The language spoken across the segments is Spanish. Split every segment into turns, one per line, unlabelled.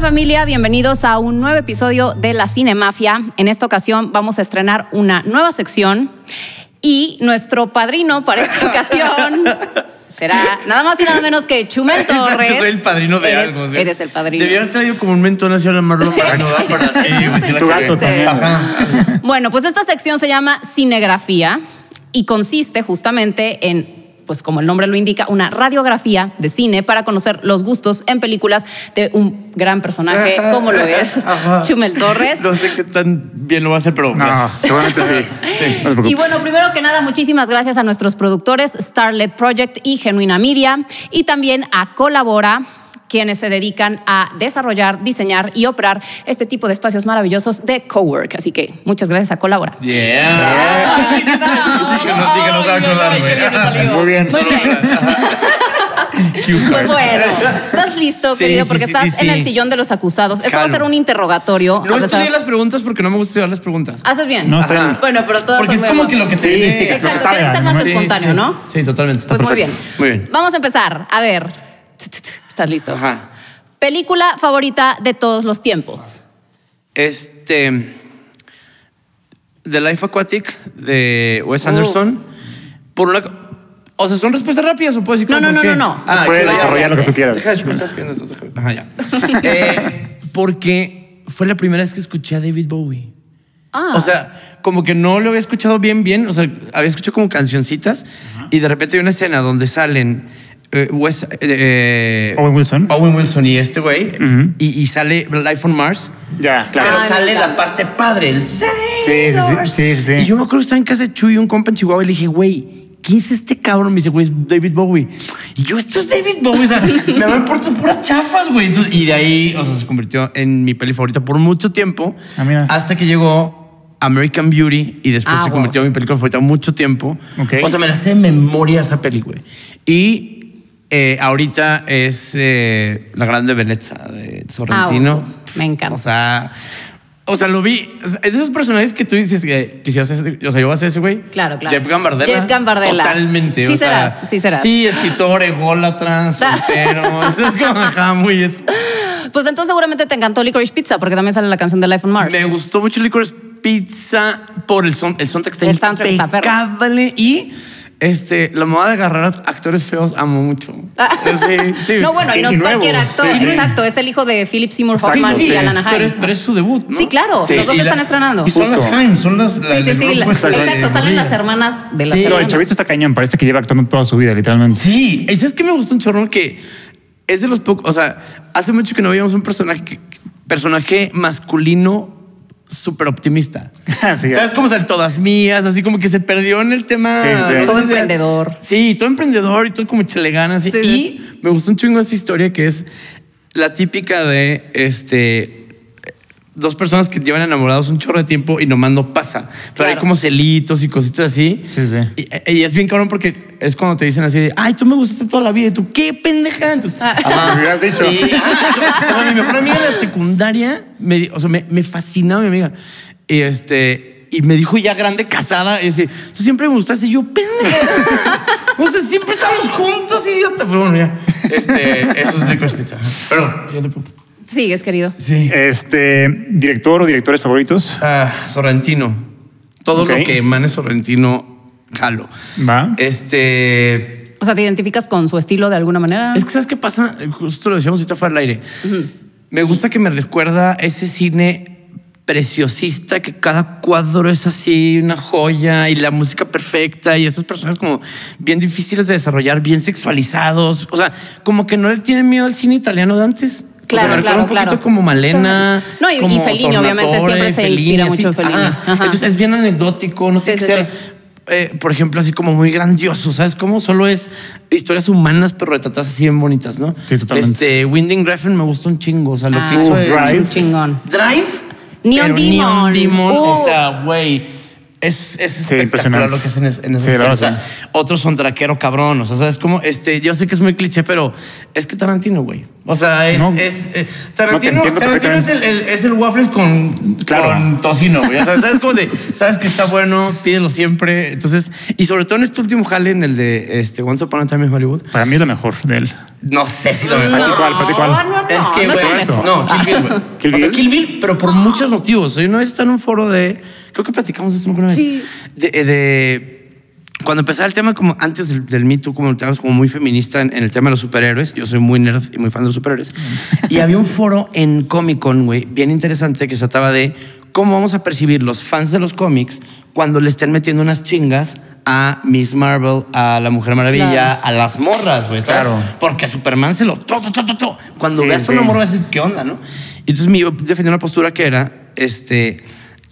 familia, bienvenidos a un nuevo episodio de La Cinemafia. En esta ocasión vamos a estrenar una nueva sección y nuestro padrino para esta ocasión será nada más y nada menos que Chumel Torres.
Yo soy el padrino de
Eres-
algo. o sea.
Eres el padrino.
Debieron traído como un mentón hacia la marrón para no dar para sí, güey, sí la
Tu
cagué.
gato también.
Ajá.
Bueno, pues esta sección se llama cinegrafía y consiste justamente en pues como el nombre lo indica, una radiografía de cine para conocer los gustos en películas de un gran personaje como Eh, lo es
Ajá.
Chumel Torres. Ah,
No sé qué tan bien lo va a hacer, pero
No,
gracias.
seguramente sí. sí. No te
Y
preocupes.
bueno, primero que nada, muchísimas gracias a nuestros productores Starlet Project y Genuina Media y también a Colabora quienes se dedican a desarrollar, diseñar y operar este tipo de espacios maravillosos de cowork. Así que muchas gracias a Colabora.
Yeah. Dije, no, dije, no se va a acordar, güey.
Muy bien.
Muy bien. Pues bueno, estás listo,
Sí,
querido,
sí,
porque
sí,
estás
sí, sí.
en el sillón de los acusados. Esto va a
Calma.
ser un interrogatorio.
No
A pesar-
estudié las preguntas porque no me gusta estudiar las preguntas.
Haces bien.
No, está bien.
Ajá.
Bueno, pero Ah, todas
Porque es
son
como
nuevas.
que lo que
Sí,
tiene...
sí, que-
Exacto, tiene que ser más
Sí,
espontáneo,
sí.
¿no?
Sí, totalmente.
Pues muy bien.
Muy bien.
Vamos a empezar. A ver. ¿Estás listo?
Ajá.
Película favorita de todos los tiempos.
Este. The Life Aquatic de Wes
Uf.
Anderson. Por una. O sea, ¿son respuestas rápidas o puedes decir
No,
como
no,
por
no,
qué?
no, no.
Ah,
Puedes
chula.
desarrollar lo que tú quieras.
Deja de me estás viendo, entonces, déjame- Ajá, ya. Eh, porque fue la primera vez que escuché a David Bowie.
Ah.
O sea, como que no lo había escuchado bien, bien. O sea, había escuchado como cancioncitas y de repente hay una escena donde salen. eh, Wes- eh, eh,
Owen Wilson.
Owen Wilson y este güey.
Ujú.
y, y sale Life on Mars.
Ya,
Pero
claro.
Ah,
sale
neta.
la parte padre, el sí,
sí, sí, sí, sí, sí.
Y yo me acuerdo que estaba en casa de Chuy, un compa en Chihuahua, y le dije, güey, ¿quién es este cabrón? Me dice, güey, es David Bowie. Y yo, esto es David Bowie. O sea, me van por sus puras chafas, güey. Entonces, y de ahí, o sea, se convirtió en mi peli favorita por mucho tiempo.
Ah, mira.
Hasta que llegó. American Beauty y después
Ah,
se
wow.
convirtió en mi película favorita mucho tiempo.
Ok.
O sea, me la sé de memoria esa peli, güey. Y eh, ahorita es eh, La Grande Veneza de Sorrentino.
Ah, wow. Me encanta.
O sea, o sea, lo vi. o sea, Es de esos personajes que tú dices que quisieras hacer. O sea, yo voy a ser ese güey.
Claro, claro.
Jeff Gambardella.
Jeff Gambardella.
Totalmente.
Sí
o sea,
serás, sí serás.
Sí, escritor, ególatra, soltero. Eso es como, ajá, muy eso.
Pues entonces seguramente te encantó Licorice Pizza porque también sale la canción de Life on Mars.
Me gustó mucho Licorice Pizza por el, son, el soundtrack. Está
El soundtrack está perro.
impecable y... Este, la moda de agarrar actores feos amo mucho.
Ah.
Sí, sí.
No, bueno, y
Y
no es
nuevos,
cualquier actor.
sí, sí.
Exacto, es el hijo de Philip Seymour
Sí,
Hoffman
sí,
y
sí.
Alan Hyde.
Pero es, pero es su debut, ¿no?
Sí, claro,
Sí.
los dos
Y la-
están estrenando.
Y son las
Justo.
Haim, son las. las
Sí, sí,
del
sí. la-
grupo este,
exacto,
de-
salen las
de-
hermanas de las
Sí,
No, el
hermanas.
chavito está cañón. Parece que lleva actuando toda su vida, literalmente.
Sí, y ¿sabes qué me gustó un chorrón? Que es de los pocos. O sea, hace mucho que no veíamos un personaje, que- personaje masculino súper optimista.
Sí,
¿Sabes cómo salen todas mías? Así como que se perdió en el tema.
Sí, sí.
no sé
Todo
si-
emprendedor.
Sí, todo emprendedor y todo como chale ganas.
Sí,
y
sí.
me gustó un chingo esa historia que es la típica de este. Dos personas que llevan enamorados un chorro de tiempo y nomás no pasa. Pero hay
Claro.
como celitos y cositas así.
Sí, sí.
Y, y es bien cabrón porque es cuando te dicen así de, ay, tú me gustaste toda la vida y tú, qué pendeja. Entonces,
Ah, me hubieras dicho.
Sí. o sea, mi mejor amiga en la secundaria, me, di- o sea, me, me fascinaba mi amiga. Y este, y me dijo ya grande, casada, y dice, tú siempre me gustaste. Y yo, pendeja. o sea, siempre estamos juntos, idiota. Pero bueno, ya. Este, eso es Licorice Pizza. Pero, siguiente punto.
Sigues, querido.
Sí.
Este, director o directores favoritos.
Ah, Sorrentino. Todo
Ok.
lo que emane Sorrentino, jalo.
Va.
Este...
O sea, ¿te identificas con su estilo de alguna manera?
Es que, ¿sabes qué pasa? Justo lo decíamos ahorita fuera al aire. Me gusta que me recuerda ese cine preciosista que cada cuadro es así una joya y la música perfecta y esos personajes como bien difíciles de desarrollar, bien sexualizados. O sea, como que no le tienen miedo al cine italiano de antes.
Claro,
o sea, me recuerda
claro,
un poquito
claro.
como Malena.
Está bien. No, y- y
como
Fellini, obviamente, siempre se inspira
así.
mucho en Fellini.
Ajá.
Ajá.
Entonces es bien anecdótico, no sé
Sí,
qué
sí,
ser, eh, por ejemplo, así como muy grandioso, ¿sabes? Como solo es historias humanas, pero retratadas así bien bonitas, ¿no?
Sí, totalmente.
Este, Winding Refn me gustó un chingo, o sea, lo
Ah,
que hizo
Uf,
es-
Drive.
un chingón.
Drive,
Neon
pero
Demon.
Neon Demon,
Uh.
o sea, güey, es, es espectacular
impresionante.
lo que hacen es- en esa
Sí, la
película.
verdad,
O sea, Otro son traquero cabrón, o sea, ¿sabes? Como, este, yo sé que es muy cliché, pero es que Tarantino, güey. O sea, es.
No.
es, eh,
No, te
Tarantino,
entiendo
Tarantino es, el,
perfectamente.
el- es el waffles con,
Claro.
con tocino, güey. O sea, sabes cómo de, sabes que está bueno, pídelo siempre. Entonces, y sobre todo en este último jale, en el de este, Once Upon a Time in Hollywood,
Para mí es lo mejor de él.
no sé si lo mejor.
Pati, ¿cuál? Pati, ¿cuál?
No, no, no,
Es que,
no Ah.
güey,
el mejor.
no, Kill Bill, güey.
¿Kill
O sea,
Bill?
Kill Bill, pero por muchos motivos. Yo no está en un foro de. Creo que platicamos esto alguna vez.
Sí.
De. eh, de- cuando empezaba el tema, como antes del, del Me Too, como estábamos como muy feminista en, en el tema de los superhéroes, yo soy muy nerd y muy fan de los superhéroes,
Mm.
y había un foro en Comic Con, güey, bien interesante, que se trataba de cómo vamos a percibir los fans de los cómics cuando le estén metiendo unas chingas a Miss Marvel, a la Mujer Maravilla,
Claro.
a las morras, güey, ¿sabes?
Claro.
Porque a Superman se lo... to, to, to, to, to. Cuando
Sí,
veas
sí.
una morra vas a decir, ¿qué onda, no? Y entonces mi- yo defendí una postura que era, este,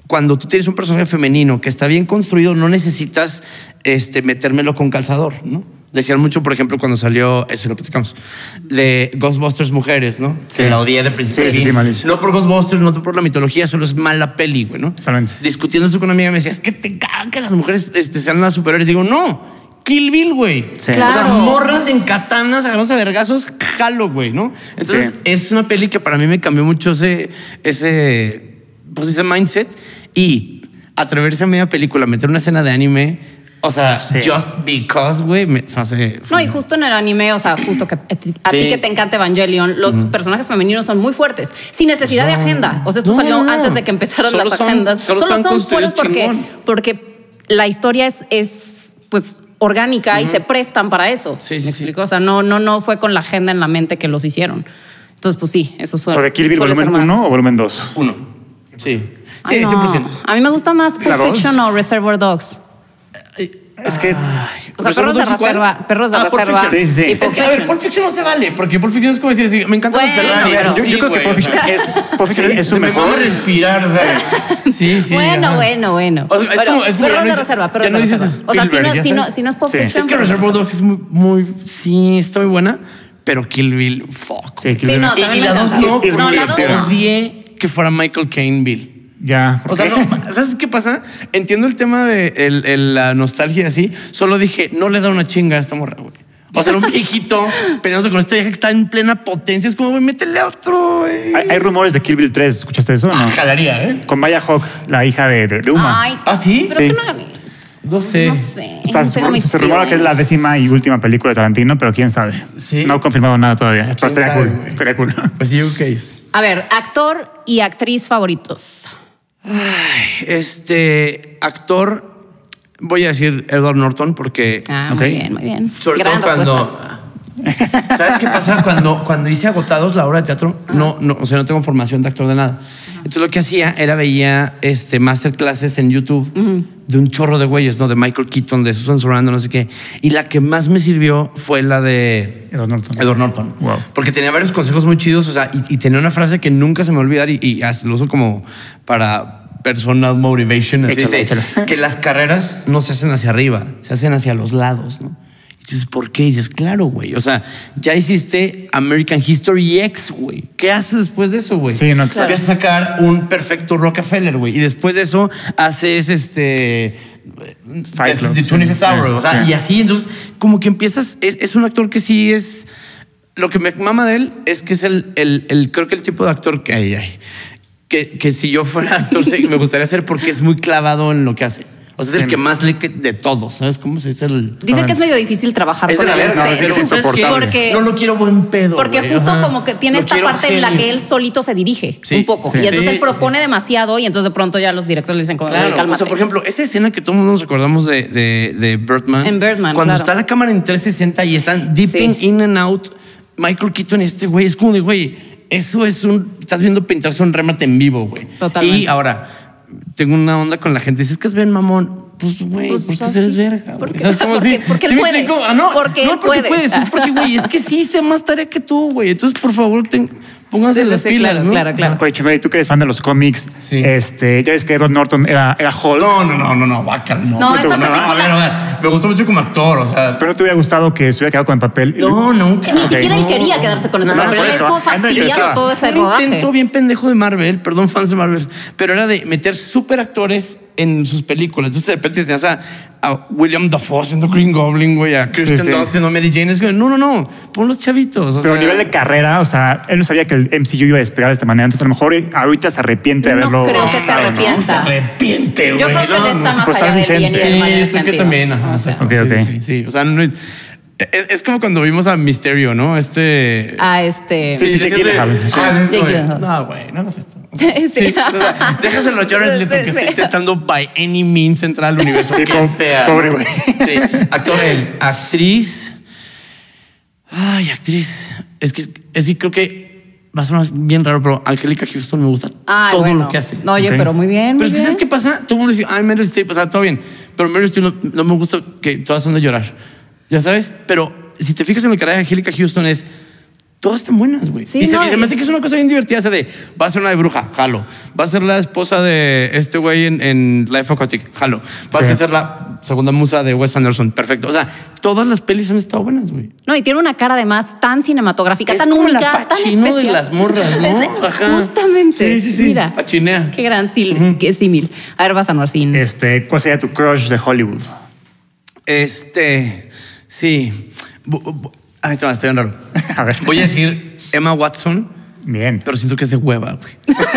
cuando tú tienes un personaje femenino que está bien construido, no necesitas este, metérmelo con calzador, ¿no? Decían mucho, por ejemplo, cuando salió, eso lo platicamos, de Ghostbusters Mujeres, ¿no?
Sí.
Que la odié de principio
Sí,
a
sí,
fin.
sí, malísimo.
No por Ghostbusters, no por la mitología, solo es mala peli, güey, ¿no?
Totalmente.
Discutiendo eso con una amiga me decía, es que te cagan que las mujeres este, sean las superiores. Digo, no, Kill Bill, güey.
Sí.
O sea,
Claro.
morras en katanas, agarrándose a vergazos, jalo, güey, ¿no? Entonces,
Sí.
es una peli que para mí me cambió mucho ese, ese, pues ese mindset y atreverse a media película, meter una escena de anime, o sea,
Sí.
just because, güey, me se me hace...
No, y justo en el anime, o sea, justo que a ti a ti
Sí.
que te encanta Evangelion, los personajes femeninos son muy fuertes, sin necesidad de agenda. O sea, esto
No,
salió
no, no.
antes de que empezaran
Solo
las
son-
agendas.
solo están
son
construidos
fuertes porque,
chingón.
porque la historia es, es pues orgánica y se prestan para eso.
Sí,
¿Me
sí, sí.
explico? O sea, no, no, no fue con la agenda en la mente que los hicieron. Entonces, pues sí, eso suena.
¿Pero de Kill Bill volumen 1 o volumen 2?
Uno. Sí. Sí, 100%.
A mí me gusta más Pulp
¿La dos?
Fiction o Reservoir Dogs.
Es que.
O sea, perros de reserva, perros de
Pulp
reserva.
Fiction.
Sí, sí, sí.
y Pulp
Ah, Es que, a ver,
Fiction.
Pulp Fiction no se vale, porque Pulp Fiction es como decir, decir, me encantan los
Bueno,
Ferrari.
pero-
Yo, yo creo que
Pulp
Pulp Fiction es, Pulp Fiction es su mejor.
respirar, o sea. Sí, sí.
bueno,
ajá.
bueno, bueno,
O sea, es
Bueno,
como- es como
perros
ya no
de
dices-
reserva, perros
ya no
de
dices
reserva. O sea, si no,
Spielberg,
si
ya
no,
sabes.
si no es Pulp
Sí.
Fiction,
Es que
pero-
Reservoir Dogs es muy, muy. Sí, está muy buena, pero Kill Bill, fuck.
Sí, Kill
Sí,
Bill.
no, también
y, y
me
la dos
encanta.
no,
Es
no,
muy
la dos
divertida.
no.
odié que fuera Michael Caine Bill.
Ya. ¿por
O sea,
qué?
no, ¿sabes qué pasa? Entiendo el tema de el- el- la nostalgia y así. Solo dije, no le da una chinga a esta morra, güey. O sea, era un viejito peleándose con esta vieja que está en plena potencia. Es como, güey, métele a otro, güey.
Hay, hay rumores de Kill Bill 3. ¿Escuchaste eso o no?
Jalaría, ¿eh?
Con Maya Hawk, la hija de, de, de Uma.
Ay,
¿Ah, sí?
Pero
Sí.
que no hagan eso.
No sé.
No sé.
O sea,
no
se,
tengo mis
se rumora que es la
feelings.
décima y última película de Tarantino, pero quién sabe.
Sí.
No ha confirmado nada todavía. Pero
¿Quién
estaría
sabe,
cool.
güey?
Estaría cool.
Pues sí, ok. Ay,
A ver, actor y actriz favoritos.
Este actor, voy a decir Edward Norton porque
Ah,
Ok.
muy bien, muy bien.
Sobre
Gran
todo cuando.
respuesta.
¿Sabes qué pasa? Cuando, cuando hice agotados la obra de teatro, no, no, o sea, no tengo formación de actor de nada. Entonces lo que hacía era veía este, masterclasses en YouTube de un chorro de güeyes, ¿no? De Michael Keaton, de Susan Sorrando, no sé qué. Y la que más me sirvió fue la de
Edward Norton.
Edward Norton.
Wow.
Porque tenía varios consejos muy chidos, o sea, y, y tenía una frase que nunca se me va a olvidar y, y hasta lo uso como para personal motivation. así
Échalo,
dice,
échalo.
Que las carreras no se hacen hacia arriba, se hacen hacia los lados, ¿no? Y dices, ¿por qué? Y dices, claro, güey. O sea, ya hiciste American History X, güey. ¿Qué haces después de eso, güey?
Sí, no,
Claro.
Empiezas a sacar un perfecto Rockefeller, güey. Y después de eso haces este.
Fight Club.
The 25th Hour, o sea,
Sí.
y así. Entonces, como que empiezas. Es, es un actor que sí es. Lo que me mama de él es que es el. el- el- creo que el tipo de actor que. ay, ay, que, que si yo fuera actor sí, me gustaría ser porque es muy clavado en lo que hace. O sea, es el
Sí.
que más le que- de todos. ¿Sabes cómo se dice el.? Ah,
Dicen que es medio difícil trabajar
Es
con
de la
él.
verga,
en
no,
serio.
es
¿sabes qué?
insoportable.
Porque-
no lo quiero buen pedo.
Porque
güey,
justo
ajá.
como que tiene
Lo
esta
quiero
parte en la
heavy.
que él solito se dirige
Sí,
un poco.
sí.
y entonces
Sí,
él
sí,
propone demasiado y entonces de pronto ya los directores le dicen como,
Claro,
"Oye, cálmate".
o sea, por ejemplo, esa escena que todos nos recordamos de, de, de Birdman.
En Birdman,
Cuando
claro.
está la cámara en 360 y están dipping
Sí.
in and out Michael Keaton y este güey. Es como de, güey, eso es un... Estás viendo pintarse un remate en vivo, güey.
Totalmente.
Y ahora, tengo una onda con la gente. Dices que es bien mamón. Pues, güey,
Pues,
¿por qué
así
eres
es.
verga? güey?
Porque-
¿Sabes cómo
porque-
así?
porque él
me
puede.
explico? Ah, no,
Porque
no,
él
porque
puede.
puedes. Es porque, güey, es que sí hice más tarea que tú, güey. Entonces, por favor, ten- pónganse
Sí, sí,
las
sí,
pilas,
claro,
¿no?
claro, claro.
Oye, Chumel, tú que eres fan de los cómics,
Sí.
este, ya ves que Edward Norton era, era Hulk.
No, no, no, no, no, vaca, no.
No,
Me
esa
gustó-
película-
a ver, a ver, me gustó mucho como actor, o sea.
Pero no te hubiera gustado que se hubiera quedado con el papel.
no, nunca.
Que ni
Ok,
siquiera él
no. pues,
quería quedarse con ese
No,
papel.
por
Él
eso.
estuvo
A él no le
fastidiado
interesaba.
todo ese
un
rodaje.
intento bien pendejo de Marvel, perdón, fans de Marvel, pero era de meter superactores en sus películas. Entonces, de repente tenías a, a William Dafoe haciendo Green Goblin, güey, a Kristen
sí.
Dunst haciendo Mary Jane. Es que no, no, no, pon los chavitos. o
Pero a
sea,
nivel de carrera, o sea, él no sabía que el MCU iba a despegar de esta manera. Entonces, a lo mejor ahorita se arrepiente de
No
haberlo.
creo que se
lanzado, ¿no?
arrepienta.
Se arrepiente, güey.
Yo creo que
no,
él está
no.
más
pues
allá
está
del bien y
vigente.
Sí,
del mal en ese
creo que
sentido.
también. Ajá,
O sea,
exacto.
Ok,
Sí,
ok.
Sí, sí, sí. O sea, no es, es- es como cuando vimos a Mysterio, ¿no? Este.
a este...
Sí, sí, Jake
sí, sí.
Gyllenhaal.
Ah, de esto,
Jake
güey.
Gyllenhaal.
No, güey, no hagas esto.
Sí.
Sí, o sea, déjaselo a Jared Leto
Sí,
que
sí.
está intentando by any means entrar al universo
Sí,
que
po-
sea.
pobre
¿no?
güey.
Sí, actor él, actriz. Ay, actriz. Es que, es que creo que va a sonar bien raro, pero Angélica Houston me gusta
Ay,
todo
bueno.
lo que hace.
No, oye,
Ok.
pero muy bien,
Pero
muy
¿sabes
bien.
qué pasa? Todo el mundo dice, ay, Meryl Streep, o sea, todo bien. Pero Meryl Streep no, no me gusta que todas son de llorar. Ya sabes, pero si te fijas en la cara de Angélica Houston es... Todas están buenas, güey.
Sí,
y, se-
no,
y se
y-
me hace que es una cosa bien divertida. O sea, de, va a ser una de bruja, jalo. Va a ser la esposa de este güey en, en Life Aquatic, jalo. Va
Sí.
a ser la segunda musa de Wes Anderson, perfecto. O sea, todas las pelis han estado buenas, güey.
No, y tiene una cara además tan cinematográfica,
Es
tan
como
única,
la
tan
Pacino de
especial.
las morras, ¿no?
Es-
Ajá.
Justamente.
Sí, sí, sí.
Mira.
Pachinea.
Qué gran símil. Qué símil. A ver, vas a Noarcín.
Este, ¿Cuál sería tu crush de Hollywood?
Este, sí. Bu- bu- Ay, toma, estoy en raro.
A ver.
Voy a decir Emma Watson,
Bien.
pero siento que es de hueva, güey.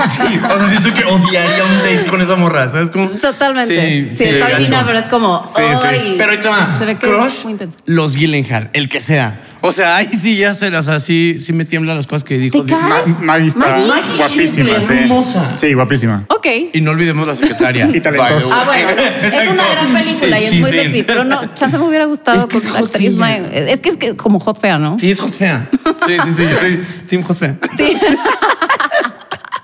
Sí, o sea, siento que odiaría un date con esa morra, ¿sabes? Como,
Totalmente. Sí, está
gacho.
divina, pero es como.
Sí, sí.
"Ay".
Pero ahí te va.
Se ve que
Crush,
es muy intenso.
los Gyllenhaal, el que sea. O sea, ahí sí ya se las, o sea, sí, sí me tiemblan las cosas que dijo.
¿Te
Dios.
cae?
Ma- Maggie está
Maggie.
Maggie
guapísima,
Gyllenhaal,
sí.
hermosa.
Sí, guapísima.
Ok.
Y no olvidemos la secretaria.
Y talentosa.
Ah, bueno, es
Exacto.
una gran película y es
Sí,
muy
sí.
sexy, pero no, chance me hubiera gustado
Es que es
con la actriz.
hotilla.
ma- Es que es que como hot fea, ¿no?
Sí, es hot fea. Sí, sí, sí. Yo soy Team hot fea.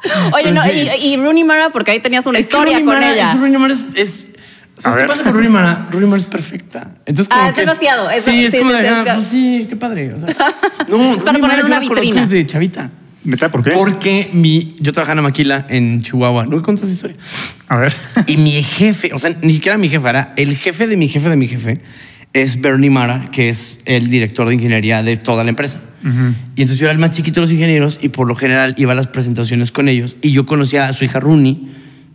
Sí. Oye,
Pero
no,
Pues sí.
y, y Rooney Mara, porque ahí tenías una
Es que
historia
Rooney
con
Mara-
ella.
Es, Rooney Mara es, es-
A
¿Sabes
ver.
qué pasa con Rooney Mara? Rooney Mara es perfecta. Entonces, como
Ah, es
que
demasiado, es-
sí, es
sí,
como
sí,
de,
sí,
ah,
es-
pues sí, qué padre. O sea, no,
Es para
Rooney
poner
Mara
en
yo
una
la conozco
vitrina.
Desde chavita.
¿Neta? ¿Por qué?
Porque mi, yo trabajaba en la maquila en Chihuahua. No me contó esa historia.
A ver.
Y mi jefe, o sea, ni siquiera mi jefe, era el jefe de mi jefe de mi jefe, es Bernie Mara, que es el director de ingeniería de toda la empresa. Y entonces yo era el más chiquito de los ingenieros y por lo general iba a las presentaciones con ellos. Y yo conocía a su hija Rooney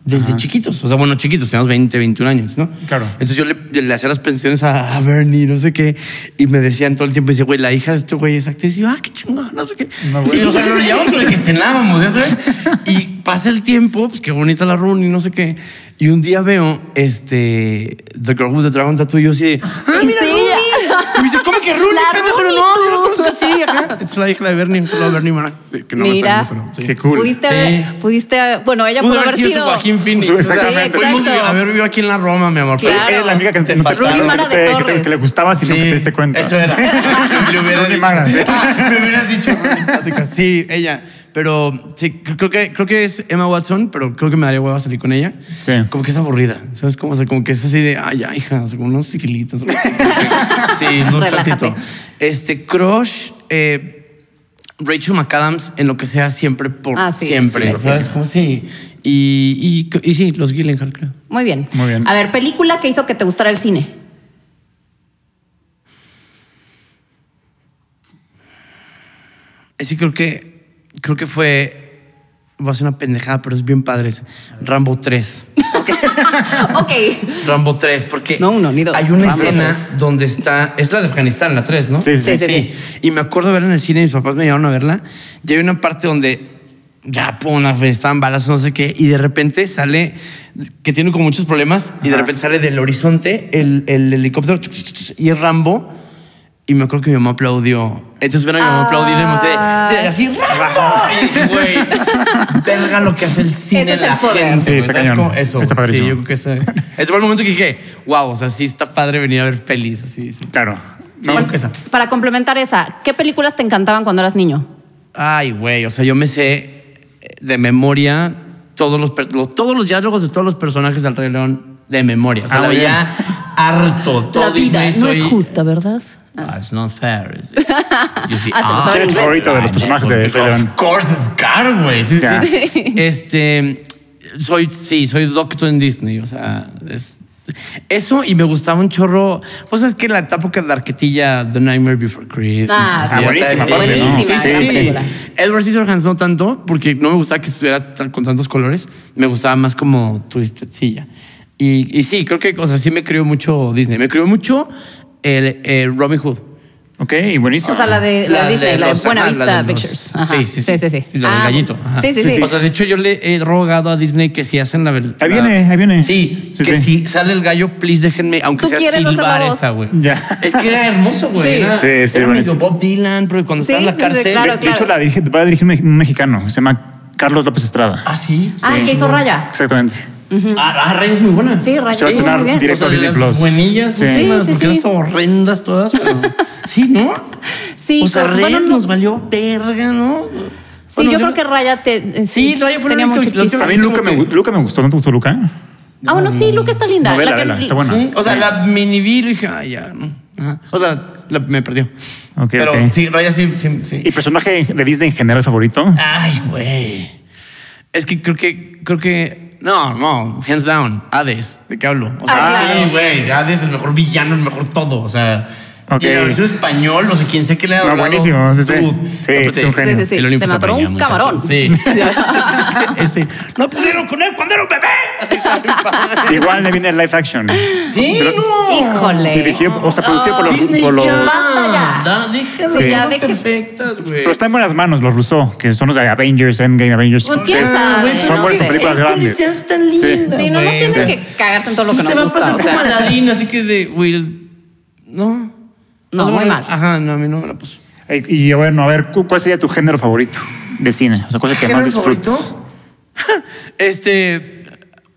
desde chiquitos. O sea, bueno, chiquitos, teníamos 20, 21 años, ¿no?
Claro.
Entonces yo le, le hacía las presentaciones a, a Bernie, no sé qué. Y me decían todo el tiempo, dice, güey, la hija de este güey es actriz. Y yo, ah, qué chingón, no sé qué.
No, güey.
Y o sea, nos llevamos de que cenábamos, ¿ya sabes? Y pasa el tiempo, pues qué bonita la run y no sé qué. Y un día veo, este, The Girl with the Dragon Tattoo y yo así de, ah,
Y
mira,
sí,
Rooney. Y me dice, ¿cómo que Rooney?
La
pendejo?"
Rooney,
no,
tú.
yo la conozco así, acá. Entonces la hija de Bernie, solo Bernie Mara. Sí, que no
Mira.
me salió, pero sí.
Qué cool.
Pudiste haber, pudiste haber- bueno, ella
Pudo
pudo
haber sido su Joaquín Phoenix.
Sí,
O sea,
exactamente.
Pudimos
exacto.
haber vivido aquí en la Roma, mi amor.
Claro.
Eres la amiga que,
Te
no te,
faltaron.
que
Mara
te-
de
que te-
Torres.
que le gustaba y nunca te diste cuenta.
Eso era. Le hubiera
Rooney
dicho.
Mara, sí.
Me hubieras dicho. Rooney, así que Sí, ella. Pero sí, cr- creo que, creo que es Emma Watson, pero creo que me daría hueva salir con ella.
Sí.
Como que es aburrida. ¿Sabes? Como, o sea, como que es así de, ay, ya, hija, o sea, como unos tequilitos. ¿no? sí, no está
Relájate.
tito. Este, crush, eh, Rachel McAdams en lo que sea siempre por
Ah, sí,
siempre.
sí, sí,
¿Sabes?
sí.
Como sí. Y, y, y sí, los Gyllenhaal, creo.
Muy bien.
Muy bien.
A ver, película que hizo que te gustara el cine.
Sí, creo que, creo que fue. Va a ser una pendejada, pero es bien padre. es Rambo 3.
ok.
Rambo 3, porque.
No uno, ni dos.
Hay una
Rambo
escena donde está. Es la de Afganistán, la 3, ¿no?
Sí, sí,
Sí, sí, sí.
Y me acuerdo verla en el cine, mis papás me llevaron a verla. Y hay una parte donde. Ya, pum, Afganistán, balas, no sé qué. Y de repente sale. Que tiene como muchos problemas. Y de
Ajá.
repente sale del horizonte el, el helicóptero. Y es Rambo. Y me acuerdo que mi mamá aplaudió. Entonces vieron a mi mamá aplaudir y me dice,
Ay.
así, ¡Rambo! Y, güey, verga lo que hace el cine
Ese es el
la
poder.
gente.
Sí,
güey,
está
¿sabes
cañón.
cómo? Eso.
Está padrísimo.
Sí, yo creo que eso. Ese fue el momento que dije, wow, o sea, sí está padre venir a ver pelis, así. sí.
Claro.
Yo creo que esa.
Para complementar esa, ¿qué películas te encantaban cuando eras niño?
Ay, güey, o sea, yo me sé eh, de memoria todos los, per- los- todos los diálogos de todos los personajes del Rey León de memoria. O sea,
Ah,
la
muy
veía harto. Todo
La vida
Disney
no es
soy-
justa, ¿verdad?
Ah, it's not fair, is it? You see,
Ah, se lo sabe en
it's
inglés.
Favorito de los personajes de Rey León.
Of course, Scar, güey. Sí,
Ya.
sí. Este, soy, sí, soy doctor en Disney, o sea, es- eso y me gustaba un chorro. Pues es que la época de la arquetilla, The Nightmare Before Christmas.
Ah, sí,
ya
buenísima,
sabes,
aparte, ¿no?
Sí,
Buenísima,
sí,
gran
sí.
película.
Edward Scissorhands no tanto, porque no me gustaba que estuviera tan- con tantos colores. Me gustaba más como Twisted Silla. Y, y sí, creo que, o sea, sí me crió mucho Disney. Me crió mucho el, el Robin Hood.
Ok, buenísimo.
O sea, la de, la de Disney, la de
los-
Buena
ajá,
Vista
Ah, la de los-
Pictures. Ajá.
Sí, sí, sí.
sí, sí.
Y la del
Ah,
gallito. ajá.
Sí, sí, sí.
O sea, de hecho, Pues yo le he rogado a Disney que si hacen la. vel-
Ahí
la-
viene, ahí viene.
Sí,
Sí,
que
sí.
si sale el gallo, please déjenme, aunque
Tú
sea
quieres hacer la
silbar
voz.
esa, güey.
Ya.
Es que era hermoso, güey.
Sí.
Era,
Sí, sí,
era medio
buenísimo.
Bob Dylan, porque cuando
Sí,
estaba en la
desde-
cárcel.
claro,
de
claro.
hecho, la dirige- va a dirigir un, me- un mexicano. Se llama Carlos López Estrada.
Ah, sí.
ah, el que hizo Raya.
Exactamente.
Ah, ah, Rey es muy buena.
Sí, Raya.
Se va a
sí,
estrenar
muy bien.
directo.
O sea,
a
de
Disney
las
Plus.
Buenillas,
Sí.
Sí,
últimas,
sí,
porque
sí.
eran horrendas todas, pero. sí, ¿no?
Sí,
o sea,
pero-
Reyes
bueno, no-
nos valió verga, ¿no?
Sí,
Bueno,
yo, creo que Raya te, eh,
Sí, Raya fue la
tenía
única
mucho
que- la
chiste.
última-
A mí Luca me,
Buenísimo,
gu- Luca me gustó. ¿No te gustó Luca?
Ah, bueno, sí, Luca está linda.
Novela,
La que-
vela, está buena.
Sí, o sea, la mini vi y dije, ah, ya, no. Ajá. O sea, la- me perdió.
Ok,
Pero
ok.
sí, Raya sí, sí, sí.
¿Y personaje de Disney en general favorito?
Ay, güey. Es que creo que, creo que, no, no, hands down, Hades, ¿de qué hablo? O sea,
Ah, claro.
sí, güey, Hades es el mejor villano, el mejor todo, o sea.
Ok.
Y en la versión español, o sea, quien sé que le ha
No,
hablado.
buenísimo, sí, sí.
dude,
Sí, es un genio.
Sí, sí, sí.
El Olimpo
Se mató
brilla,
un
muchachos.
camarón.
Sí. Ese, No pudieron con él cuando era un bebé. Así está bien padre.
Igual le viene el live action.
Sí,
Pero-
no.
Híjole.
Dirigido, o sea, producido por los,
Disney
por los-
ya.
Basta ya.
Da, deja las
Sí. Ya,
cosas
deja-
perfectas, güey.
Pero está en buenas manos, los Russo, que son los de Avengers, Endgame, Avengers.
Pues quién
Es-
sabe.
Son
no
buenas
sé.
películas grandes.
Ya es tan linda,
Sí, no, no
güey.
tienen
O sea,
que cagarse en todo lo que
Te
nos
va a
gusta.
pasar
o
como
sea.
Aladdin, así que de, güey, no.
No,
O sea,
muy
bueno,
mal.
Ajá, no, a mí no me la puso.
Eh, Y bueno, a ver, ¿cu- ¿cuál sería tu género favorito de cine? O sea, cosa que más
¿Género favorito?
disfrutas.
Este,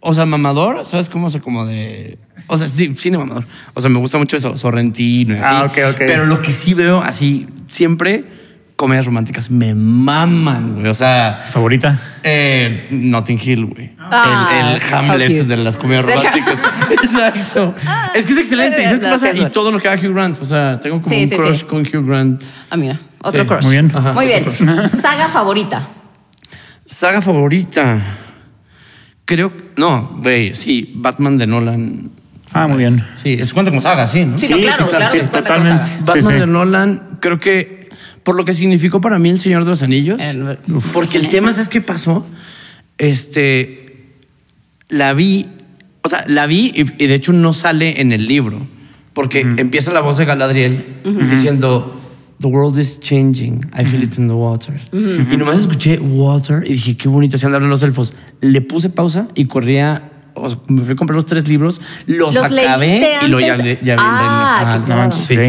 o sea, mamador, ¿sabes cómo? O sea, como de... O sea, sí, cine mamador. O sea, me gusta mucho eso, Sorrentino y así.
Ah, ok, ok.
Pero lo que sí veo así siempre, comedias románticas me maman, güey. O sea,
¿Favorita?
Eh, Notting Hill, güey.
Ah,
el, el Hamlet
how cute.
de las comedias
Del-
románticas. Exacto. Es que es excelente. ¿Y ¿Sabes qué
No,
pasa?
sí, es
Y
bueno.
todo lo que haga Hugh Grant. O sea, tengo como
Sí,
un
sí,
crush
sí.
con Hugh Grant.
Ah, mira, otro
Sí,
crush.
muy bien.
Ajá,
muy bien.
otro
Saga favorita.
Saga favorita. Creo. No, güey, sí. Batman de Nolan.
Ah, muy bien.
Sí, es cuenta como saga, sí, ¿no?
Sí, no, claro, claro,
sí,
les cuenta
totalmente.
cosas.
Batman
Sí, sí.
de Nolan, creo que por lo que significó para mí El Señor de los Anillos,
El-
Uf. porque el tema es que pasó, este, la vi, o sea, la vi y, y de hecho no sale en el libro, porque empieza la voz de Galadriel diciendo The world is changing, I feel it in the water. Y nomás escuché water y dije, qué bonito, se han hablado los elfos. Le puse pausa y corría, o sea, me fui a comprar los tres libros, los,
¿Los leíste
acabé y lo ya, ya vi
antes?
el libro.
Ah, qué
no
claro.
manches, Sí.
Ok.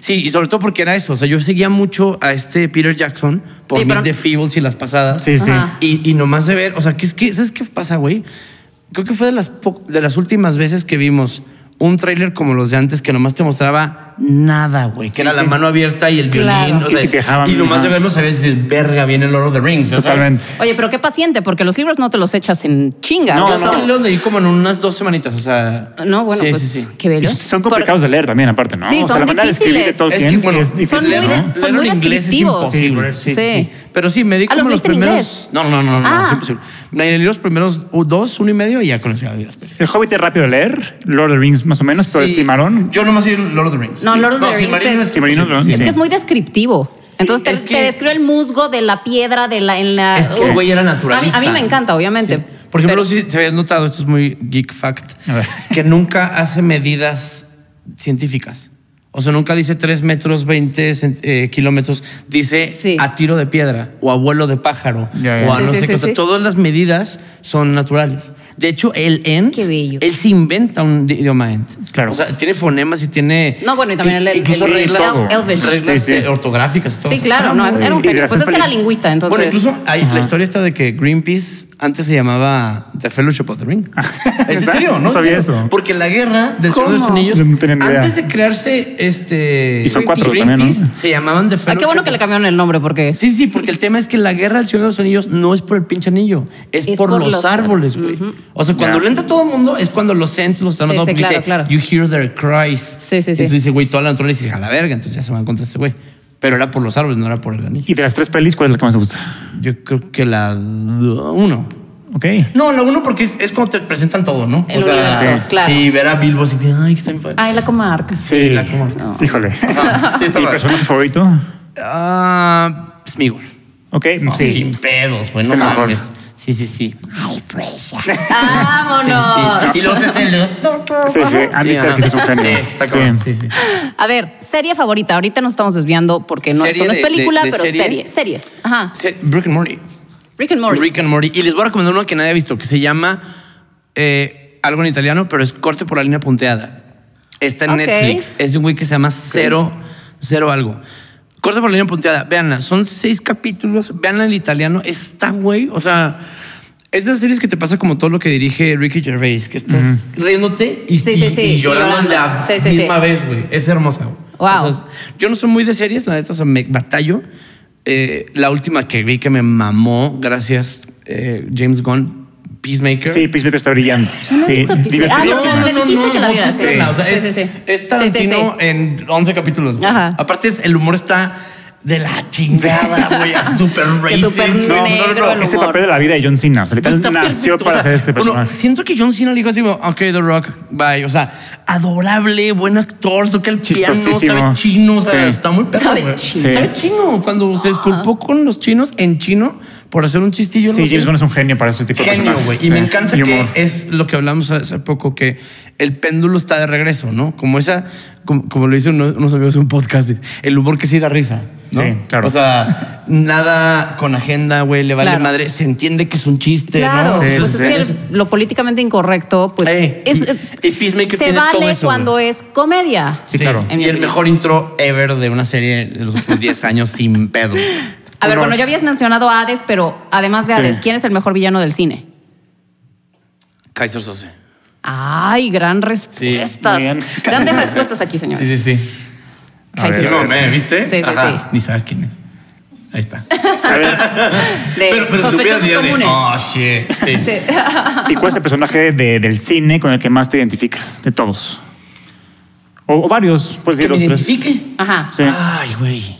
Sí, y sobre todo porque era eso. O sea, yo seguía mucho a este Peter Jackson por
Sí,
Meet
pero-
the Feebles y las pasadas.
Sí, sí.
Ajá.
Y, y nomás de ver, o sea, que es que, ¿sabes qué pasa, güey? Creo que fue de las, po- de las últimas veces que vimos un tráiler como los de antes que nomás te mostraba nada, güey. Que era la mano abierta y el
Claro.
violín. O sea,
Y te dejaban-
y nomás de
ajá.
verlo sabías decir, verga, viene el Lord of the Rings. ya sabes.
Totalmente.
Oye, pero qué paciente, porque los libros no te los echas en chinga.
No,
o
Yo
sea,
sí
no.
lo leí como en unas dos semanitas, o sea...
no, bueno,
sí,
pues
sí, sí.
qué bello.
Y Son complicados de leer también, aparte, ¿no?
Sí,
o sea,
son
la manera de escribir de
difíciles.
todo
Es que,
quien
bueno,
es
Son
difícil,
muy
¿no?
de-
leer,
son
leer
muy
en inglés es
descriptivos.
imposible.
Sí, sí,
sí.
Pero sí, me di
Ah, ¿los
como los
leíste en
primeros.
inglés?
No, no, no, no, no,
Ah.
es imposible. Me leí los primeros u- dos, uno y medio y ya conocí a Dios.
El Hobbit es rápido de leer, Lord of the Rings más o menos, pero este
Sí.
el Cimarón.
Yo nomás soy Lord of the Rings.
No, Lord of the Rings
Silmarillion
es-
Silmarillion,
imposible,
¿no?
sí.
Es que es muy descriptivo. Entonces te,
es que-
te describe el musgo de la piedra de la en la.
Es que el
Uh,
güey era
a mí-
naturalista.
A mí, me encanta, obviamente.
Sí. Por ejemplo,
pero-
si se había notado, esto es muy geek fact,
A ver.
que nunca hace medidas científicas. O sea, nunca dice 3 metros 20 cent- eh, kilómetros. Dice
Sí.
a tiro de piedra o a vuelo de pájaro
Ya, ya.
o a
Sí,
no
sí,
sé qué.
sí,
O sea,
sí.
todas las medidas son naturales. De hecho, el end,
Qué bello.
él se inventa un di- idioma end.
Claro.
O sea, tiene fonemas y tiene...
No, bueno, y también el- el-
Incluso
el-
reglas,
el- Elvish.
reglas
Sí, sí.
eh, ortográficas. y todo.
Sí,
O sea, está
claro, no, es-
muy
era un
Y de
genio. Pues
hacer
es que era
peli-
lingüista, entonces.
bueno, incluso hay la historia está de que Greenpeace antes se llamaba The Fellowship of the Ring. ¿Es en serio?
Ah. No sabía
sé,
eso.
Porque la guerra del Señor de los
¿Cómo?
Anillos,
Yo no tenía ni idea.
antes de crearse este
Y son cuatro
Greenpeace,
también, ¿no?
se llamaban The
Ah,
Fellowship.
qué bueno que
of-
le cambiaron el nombre, porque.
Sí, sí, porque el tema es que la guerra del Señor de los Anillos no es por el pinche anillo, es, por, los, árboles, güey. O sea, cuando
Ya.
lo entra todo el mundo es cuando los Ents los están
Sí,
notando
sí,
porque
claro,
dice,
claro.
you hear their cries.
Sí, sí, sí.
Entonces dice, güey, toda la naturaleza dice, a la verga, entonces ya se van contra este güey. Pero era por los árboles, no era por el anillo.
Y de las tres pelis, ¿cuál es la que más te gusta?
Yo creo que la do- uno.
Ok.
No, la uno porque es- es cuando te presentan todo, ¿no?
El universo,
sí,
claro.
Sí, ver a Bilbo así que, ay, que está bien padre.
Ay, la comarca.
Sí.
la comarca.
Híjole.
Ajá, sí, está
¿Y
padre.
personaje favorito?
Ah, Smigol.
Ok,
No,
sí.
Sin pedos, güey, no
Es el mejor.
mames. Sí, sí, sí.
Oh, ¡Vámonos!
Sí, sí. Y luego te hace el-
Sí, sí, han
Sí,
visto
ajá.
que es un genio.
Sí, está cabrón. Sí, sí.
A ver, serie favorita. Ahorita nos estamos desviando porque no,
Serie
esto no es
de-
película,
de- de
pero
serie.
serie. Series. Ajá.
Sí, Rick and Morty.
Rick and Morty.
Rick and Morty. Y les voy a recomendar uno que nadie ha visto, que se llama eh, algo en italiano, pero es corte por la línea punteada. Está en
Ok.
Netflix. Es de un güey que se llama Cero, Cero Algo. Corte por la línea punteada. Véanla. Son seis capítulos. Véanla en italiano. Está güey. O sea, es de esas series que te pasa como todo lo que dirige Ricky Gervais, que estás riéndote y,
Sí, sí,
y-
sí,
y llorando,
llorando.
la
Sí, sí, sí.
misma vez, güey. Es hermosa. güey.
Wow.
O sea, yo no soy muy de series, la neta, o sea, me batallo. Eh, la última que vi que me mamó, gracias, eh, James Gunn, Peacemaker.
Sí, Peacemaker está brillante.
no he
sí,
visto Peacemaker.
No,
Ah,
divertidísimo.
sí, sí, me dijiste que la
no,
vieras,
quise
sí.
verla, o sea,
Sí,
es,
sí, sí.
es
Sí, sí,
Tarantino
sí.
en 11 capítulos. güey.
Ajá.
Aparte, es- el humor está de la chingada, güey, a súper
Que
racist.
súper
No, no,
negro
no,
el
es-
Ese
humor.
papel de la vida de John Cena. O sea, literal
Está
nació
perfecto,
para
o sea,
hacer este
bueno,
personaje.
siento que John Cena le dijo así, como, ok, The Rock, bye. O sea, adorable, buen actor, toca el piano,
Chistosísimo.
sabe chino, o sea,
Sí.
está muy perro,
Sabe
güey.
chino.
Sabe chino. Cuando se disculpó con los chinos en chino por hacer un chistillo. no
Sí,
sé.
James Gunn es un genio para ese tipo de
Genio,
personajes.
güey. Y
Sí,
me encanta
y
que
humor.
es lo que hablamos hace poco, que el péndulo está de regreso, ¿no? Como esa, como, como lo dicen uno- unos amigos en un podcast, el humor que sí da risa, ¿no?
Sí, claro.
O sea, nada con agenda, güey, le vale
Claro.
madre. Se entiende que es un chiste,
Claro,
¿no?
Sí,
pues
sí,
es
sí.
que el- lo políticamente incorrecto, pues
Ey,
es,
y- y Peacemaker
se
tiene
vale
todo eso,
cuando
güey.
es comedia.
Sí, claro.
En
Y
mi
el
opinión.
mejor intro ever de una serie de los últimos 10 años sin pedo.
A ver,
Uno-
bueno, ya habías mencionado a Hades, pero además de
Sí.
Hades, ¿quién es el mejor villano del cine?
Kaiser Sose.
Ay, gran respuestas.
muy bien.
Grandes respuestas aquí, señores.
Sí, sí, sí.
A ver,
Sí, no, me, ¿viste?
Sí, sí,
Ajá. Ni sabes quién es. Ahí está.
A ver,
sí. De sospechosos
dirías de,
comunes.
Oh, shit. Sí.
Sí.
¿y cuál es el personaje de- del cine con el que más te identificas? De todos. O, o varios, pues
¿Que
decir
me
dos, tres.
identifique?
Ajá.
Sí.
Ay, güey.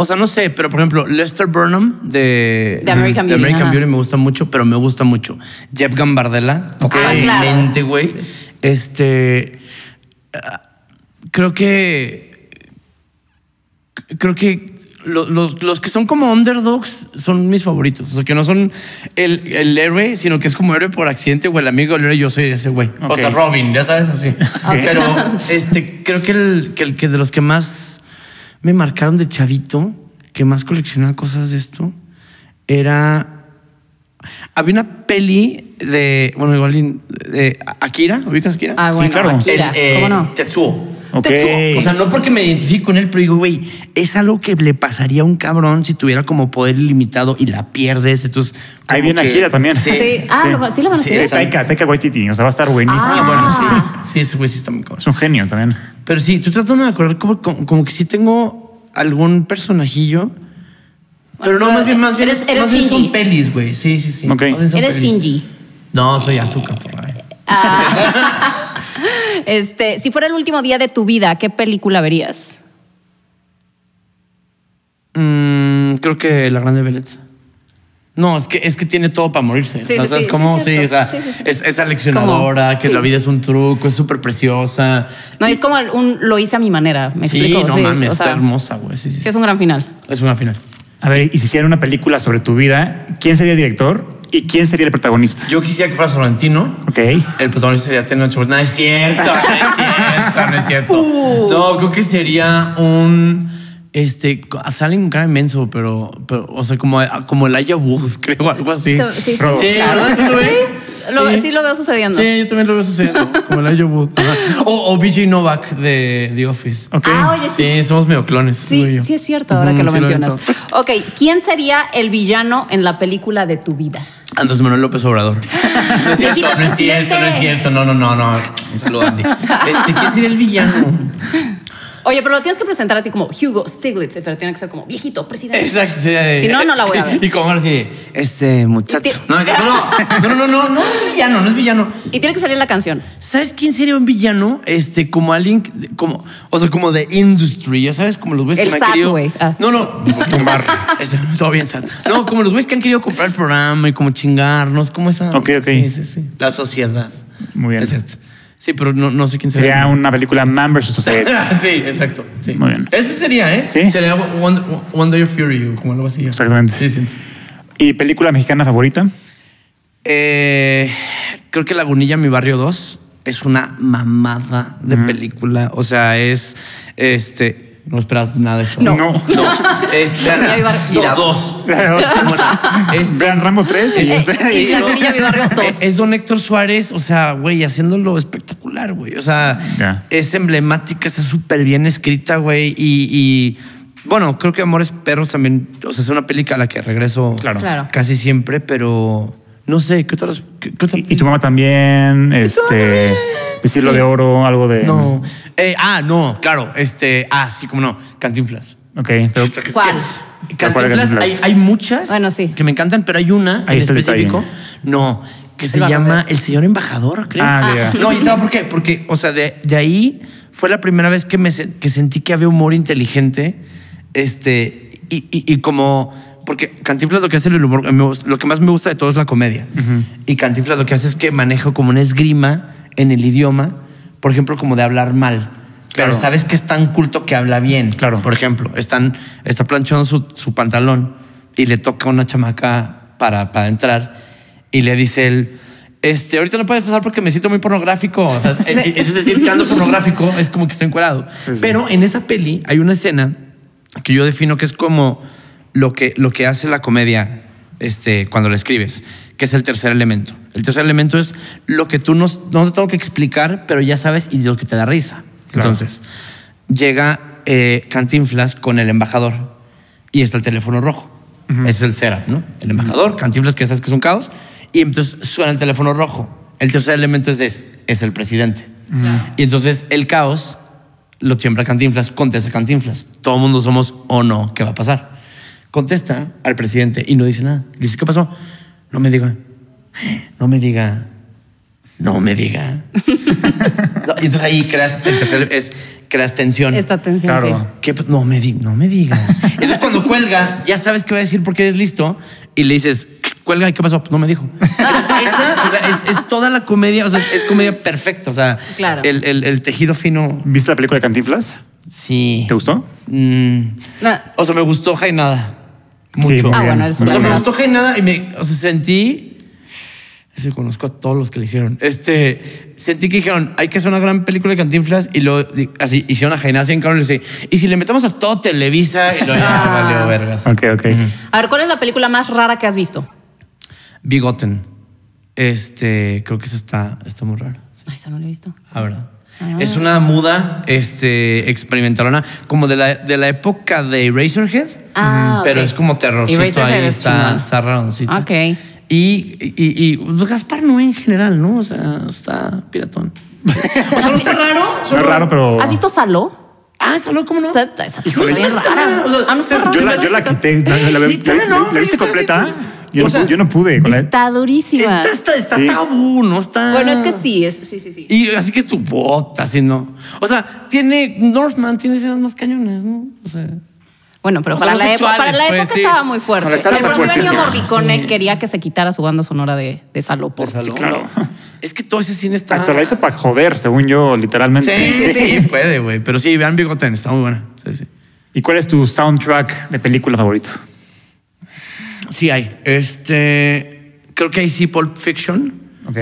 O sea, no sé, pero por ejemplo, Lester Burnham de,
De American
de
Beauty, ajá.
me gusta mucho, pero me gusta mucho. Jeff Gambardella,
Ok. Ah, claro.
totalmente, güey. Este. ah, Creo que. Creo que lo- los, los que son como underdogs son mis favoritos. O sea, que no son el, el héroe, sino que es como héroe por accidente o el amigo del héroe. Yo soy ese güey. O
Ok.
sea, Robin, ya sabes, así. Pero este, creo que el, que el que de los que más me marcaron de chavito, que más coleccionaba cosas de esto, era. Había una peli de. Bueno, igual. y- De Akira, ¿ubicas Akira?
Ah,
Sí,
bueno,
claro.
Akira,
El, eh,
¿Cómo no?
Tetsuo.
Ok.
Tetsuo. O sea, no porque me identifico con él, pero digo, güey, es algo que le pasaría a un cabrón si tuviera como poder ilimitado y la pierdes. Entonces.
Ahí
como
viene
que-
Akira también.
Sí.
Sí. Ah, lo- sí lo van a
Sí,
hacer.
De Taika, Taika Waititi. O sea, va a estar buenísimo.
Sí,
Ah.
bueno, sí. Sí, ese güey sí está muy cabrón.
Es un genio también.
Pero sí, tú tratando de acordar como, como, como que sí tengo algún personajillo. Pero no,
pero
más bien, más bien,
eres-
es-
eres
más bien son
Shinji.
pelis, güey. Sí, sí, sí.
Ok.
Más bien son
Eres
pelis.
Shinji.
No, soy azúcar, por favor.
Ah. este, si fuera el último día de tu vida, ¿qué película verías?
Mm, creo que La Grande Beleza. No, es que, es que tiene todo para morirse.
Sí,
o
sí,
sea, es
sí,
como,
sí,
sí,
cierto.
o sea,
Sí, sí, sí.
es, es aleccionadora,
Como-
que la vida es un truco, es súper preciosa.
No, es como el- un lo hice a mi manera. ¿Me
sí,
explico?
no mames,
o sea,
está hermosa, güey. Sí, sí,
Sí,
sí.
es un gran final.
Es una final.
A ver, y si hicieran una película sobre tu vida, ¿quién sería el director y quién sería el protagonista?
Yo quisiera que fuera Sorrentino.
Ok.
El protagonista sería Tenoch Huerta. No es cierto, no es cierto, no es cierto.
Uh.
No, creo que sería un. Este, salen un cara inmenso, pero, pero, o sea, como, como el Aya Wood, creo, algo así.
So- sí, sí,
Robo.
Sí,
claro.
¿verdad? ¿Sí lo ves?
Sí, lo- sí lo veo sucediendo.
Sí, yo también lo veo sucediendo, como el Aya Wood. Ajá. O, o BJ Novak de The Office.
Ok.
Ah, oye, sí.
Sí, somos medio clones. tú y
Sí,
yo.
sí es cierto, ahora
Ujú,
que lo
sí
mencionas.
aventó.
ok, ¿quién sería el villano en la película de tu vida?
Andrés Manuel López Obrador. No es cierto,
Viejito
no es cierto, no es
presidente.
cierto. No, no, no, no. Un saludo, Andy. Este, ¿Quién sería el villano?
Oye, pero lo tienes que presentar así como Hugo Stiglitz, pero tiene que ser como viejito, presidente.
Exacto. sería de-
Si no, no la voy a ver.
Y como así, este muchacho.
Este-
No, es cierto, no, no, no, no, no es villano, no es villano.
Y tiene que salir la canción.
¿Sabes quién sería un villano? Este, como alguien, que- como, o sea, como de industry, ya sabes, como los güeyes
El
que me han
SAT,
querido.
güey. Ah.
No, no, tumbar. Este, todo bien, Sat. No, como los güeyes que han querido comprar el programa y como chingarnos, como esa.
Ok, ok.
Sí, sí, sí. La sociedad.
Muy bien.
Es cierto. Sí, pero no, no sé quién sería.
Sería una película Man vs. Society.
sí, exacto. Sí.
Muy bien.
Eso sería, ¿eh?
Sí.
Sería One, One Day of Fury o como algo así.
Exactamente.
Sí, sí.
¿Y película mexicana favorita?
Eh, creo que Lagunilla, mi barrio 2, es una mamada de película. O sea, es este. No esperas nada de esto.
No.
No.
Es la,
Lagunilla, mi barrio
y la 2. Es,
Vean Rambo 3 y,
Eh,
este-
y
y-
la Lagunilla, mi barrio 2.
es Don Héctor Suárez, o sea, güey, haciéndolo espectacular, güey. O sea,
Ya.
es emblemática, está súper bien escrita, güey. Y, y, bueno, creo que Amores Perros también, o sea, es una película a la que regreso
Claro.
Claro.
casi siempre, pero no sé, ¿qué otras? qué- qué otra
y tu mamá también, este, decirlo de oro, algo de...
No. Eh, ah, no, claro, este, ah, sí, como no, Cantinflas.
Ok, pero
¿Cuál?
¿Cuál
Cantinflas,
Cantinflas?
hay, hay muchas
Bueno, sí.
que me encantan, pero hay una
Ahí
en
está el detalle.
específico, no, que se
El
llama
bajadero.
El Señor Embajador, creo.
Ah, ya.
No, ¿y sabes por qué? Porque, o sea, de, de ahí fue la primera vez que, me, se- que sentí que había humor inteligente. Este, y, y- y como. Porque Cantinflas lo que hace el humor, me gus- lo que más me gusta de todo es la comedia. Y Cantinflas lo que hace es que maneja como una esgrima en el idioma, por ejemplo, como de hablar mal. Pero
Claro.
sabes que es tan culto que habla bien.
Claro.
Por ejemplo, están, está planchando su, su pantalón y le toca a una chamaca para, para entrar y le dice él, este, ahorita no puedes pasar porque me siento muy pornográfico. O sea, e- e- eso es decir, que ando pornográfico, es como que estoy encuerado.
Sí, sí.
Pero en esa peli hay una escena que yo defino que es como lo que, lo que hace la comedia este, cuando la escribes, que es el tercer elemento. El tercer elemento es lo que tú no, no te tengo que explicar, pero ya sabes y lo que te da risa.
Claro.
Entonces, llega eh, Cantinflas con el embajador y está el teléfono rojo. Ese es el cera, ¿no? El embajador, Cantinflas, que sabes que es un caos, y entonces suena el teléfono rojo. El tercer elemento es ese, es el presidente. Y entonces el caos lo siembra Cantinflas, contesta Cantinflas. Todo el mundo somos o no, ¿qué va a pasar? Contesta al presidente y no dice nada. Le dice, ¿qué pasó? No me diga, no me diga, no me diga. No, y entonces ahí creas, el tercer es, creas tensión.
Esta tensión,
Claro.
sí.
¿Qué pa- pues, No me, di- no me diga. Entonces cuando cuelga, ya sabes qué va a decir porque eres listo y le dices, cuelga, ¿y qué pasó? Pues no me dijo. Entonces, esa, o sea, es, es toda la comedia, o sea, es comedia perfecta, o sea,
Claro.
el, el- el tejido fino,
¿Viste la película de Cantinflas?
sí.
¿Te gustó?
Mm,
No,
o sea, me gustó Jainada.
Sí,
Mucho.
muy
Ah,
bien,
bueno, es
o
muy
sea, me
bien.
gustó Jainada y me o sea, sentí... Se conozco a todos los que le hicieron. Este, sentí que dijeron, hay que hacer una gran película de Cantinflas y lo di- así hicieron a Jainada sin cabrón y le dice, y si le metemos a todo Televisa y lo ya,
Ah.
valió vergas.
Ok, ok.
A ver, ¿cuál es la película más rara que has visto?
Bigotten. Este, creo que eso está, está muy raro.
Ay, esa no la he visto.
La verdad.
Ah.
Es una muda, este, experimentalona, como de la, de la época de Eraserhead.
Ah,
Pero
ok.
es como terrorcito
Eraserhead
ahí,
es
está,
chingón.
está raroncito.
Ok.
Y, y, y pues, Gaspar no en general, ¿no? O sea, está piratón. o sea, no está raro.
No es
solo-
raro, pero...
¿Has visto Saló?
Ah, está loco, ¿cómo no?
O sea, esa película
Híjole,
está bien
está
rara.
rara, o sea,
Ah, no está
se-
rara.
Yo la, yo la quité. la- la- la-
¿Viste?
la-
No,
la viste
yo
completa?
sí.
Yo
O sea,
no, yo no pude. con la-
Está durísima.
Está, está, está
Sí.
tabú, no está.
Bueno, es que sí, es, sí, sí, sí.
Y así que es tu bota, así no. O sea, tiene Northman, tiene escenas más cañones, ¿no? O sea.
Bueno, pero
O
para
sea,
la,
los
época, para
sexuales,
la
pues,
época
sí.
estaba muy fuerte.
Para la época
El
está
propio Ennio
fuertísima.
Morricone
Sí.
quería que se quitara su banda sonora de, de Saló. Por
Salón.
claro.
Es que todo ese cine está.
Hasta la hizo para joder, según yo,
Sí, sí,
literalmente.
sí, puede, güey. Pero sí, vean Bigoten, está muy buena. Sí, sí.
¿Y cuál es tu soundtrack de película favorito?
Sí, hay. Este. Creo que ahí sí Pulp Fiction,
Ok.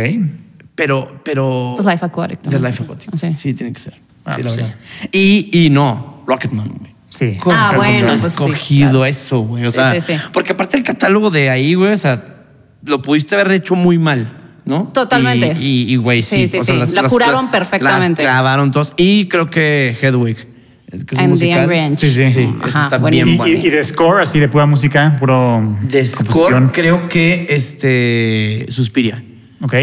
pero. pero
Pues Life Aquatic.
De
también.
Life Aquatic.
Sí.
Sí. tiene que ser.
Ah,
sí, la
pues sí.
verdad. Y, y no, Rocketman, güey.
Sí.
¿Cómo
Ah,
tan
bueno,
has
pues sí,
escogido
claro.
eso, güey? O
Sí,
sea,
sí, sí.
porque aparte el catálogo de ahí, güey, o sea, lo pudiste haber hecho muy mal, ¿no?
Totalmente.
Y, y- y, güey, sí.
Sí, sí,
o sea,
sí. La curaron
cla-
perfectamente.
Las clavaron todos. Y creo que Hedwig. que es un
And the
musical.
Angry Inch.
Sí, sí.
Sí,
Ajá,
esa está
Y,
buenísimo.
bien buena.
y- y de score, así de pura música, puro.
De
composición.
score, creo que este. Suspiria.
Ok.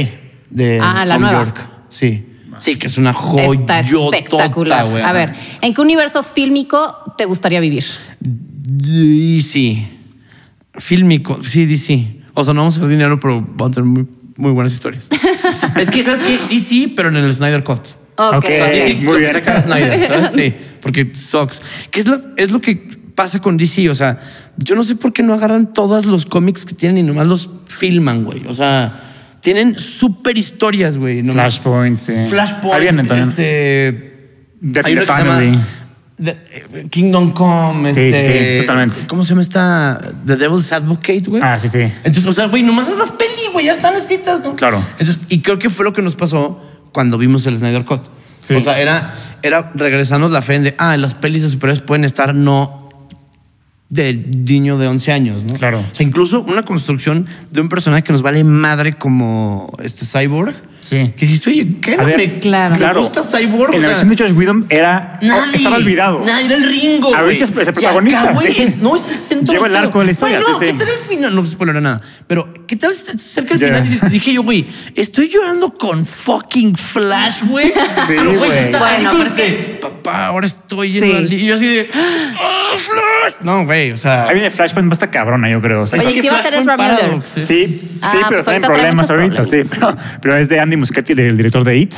De
Ah, la
Tom
nueva.
York. Sí. Sí, que es una
Está
joya.
espectacular.
güey.
A ver, ¿en qué universo fílmico te gustaría vivir?
DC. Fílmico. Sí, DC. O sea, no vamos a hacer dinero, pero van a tener muy, muy buenas historias. es que, ¿sabes qué? DC, pero en el Snyder Cut.
Ok.
Ok.
O sea,
Eh,
DC
muy
lo que
bien.
saca a Snyder, ¿sabes? Sí, porque sucks. Que es lo, es lo que pasa con DC. O sea, yo no sé por qué no agarran todos los cómics que tienen y nomás los filman, güey. O sea, tienen súper historias, güey. nomás.
Flashpoint, sí.
Flashpoint.
Ahí vienen también.
Este.
Death
hay
in
uno
the
que se
Family.
llama de- eh, Kingdom Come,
Sí,
este,
sí, totalmente.
¿Cómo se llama esta? The Devil's Advocate, güey.
Ah, sí, sí.
Entonces, o sea, güey, nomás esas peli, güey, ya están escritas, ¿no?
Claro.
Entonces, y creo que fue lo que nos pasó cuando vimos el Snyder Cut.
Sí.
O sea, era, era regresarnos la fe en de, ah, las pelis de superhéroes pueden estar no de niño de 11 años, ¿no?
Claro.
O sea, incluso una construcción de un personaje que nos vale madre como este cyborg.
Sí.
Que dices, oye, ¿qué
A
no
ver,
me,
Claro.
me gusta cyborg?
En
O
la
sea,
versión de Josh Whedon era. oh,
Nadie.
estaba olvidado.
Nadie era el Ringo. güey.
Ahorita es el
Y acá,
protagonista,
güey,
sí.
es- no es el centro.
Lleva el
todo.
arco de la historia,
Güey, no,
sí, sí.
¿qué tal el final? No spoileré nada. Pero, ¿qué tal c- cerca del
Ya.
final? Dices- Dije yo, güey, estoy llorando con fucking Flash, güey. Pero,
güey.
está así
Bueno,
como
pero es
de, papá, ahora estoy
Sí.
en la li-". Y yo así de, ¡ah, Flash! No, güey, o sea.
Ahí viene Flashpoint, basta cabrona, yo creo. o sea,
Oye,
es que
sí va a ser
Flashpoint
Ezra Miller.
Paradox ¿eh? es-
Sí, sí,
Ah,
pero
pues
están en
ahorita trae
problemas
muchos
ahorita, sí. Pero, pero es de Andy Muschietti, del director de It,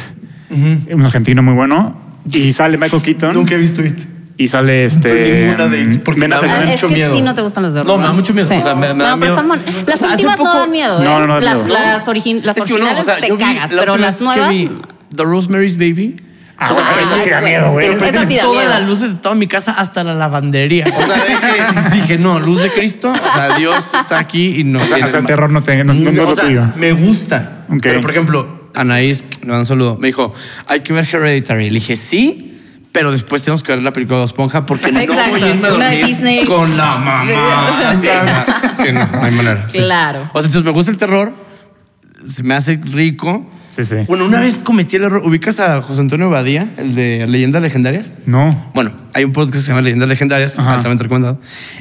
un argentino muy bueno. Y sale Michael Keaton.
Nunca he visto esto.
Y sale
Entonces,
este.
ninguna de ellas, porque
Ben
la
Affleck.
verdad-
Ah,
da
es
mucho
que
miedo.
sí no te gustan los de
No,
horror.
me da mucho miedo, o sea, me- me da
No, pero
miedo.
están bon- Las
Hace
últimas
poco-
no dan miedo, ¿eh?
No, no, no da
La-
miedo.
Las, origin- las
Es que uno,
originales
o sea,
te
yo vi
cagas,
la
pero
última
las
vez que
nuevas...
vi The Rosemary's Baby.
Ah,
O sea,
bueno, pero eso sí da
güey,
miedo, güey.
pues
pero Esa sí da
todas
miedo.
las luces de toda mi casa hasta la lavandería. O sea, de que dije, no, luz de Cristo, o sea, Dios está aquí y no.
O sea,
tiene
o sea, el
ma-
terror no te- no- no es lo
Mm, o sea,
tuyo.
Me gusta.
Ok.
Pero, por ejemplo, Anaís, le mando un saludo, me dijo, hay que ver Hereditary. Le dije, sí, pero después tenemos que ver la película de Esponja porque no voy a irme a
Exacto, una de
dormir
Disney.
con la mamá.
Sí.
Sí, no, sí, no, no hay manera. sí.
Claro.
O sea, entonces me gusta el terror, se me hace rico.
Sí, sí.
Bueno, una vez cometí el error. ¿Ubicas a José Antonio Badía, el de Leyendas Legendarias?
No.
Bueno, hay un podcast que se llama Leyendas Legendarias,
Ajá.
altamente recomendado.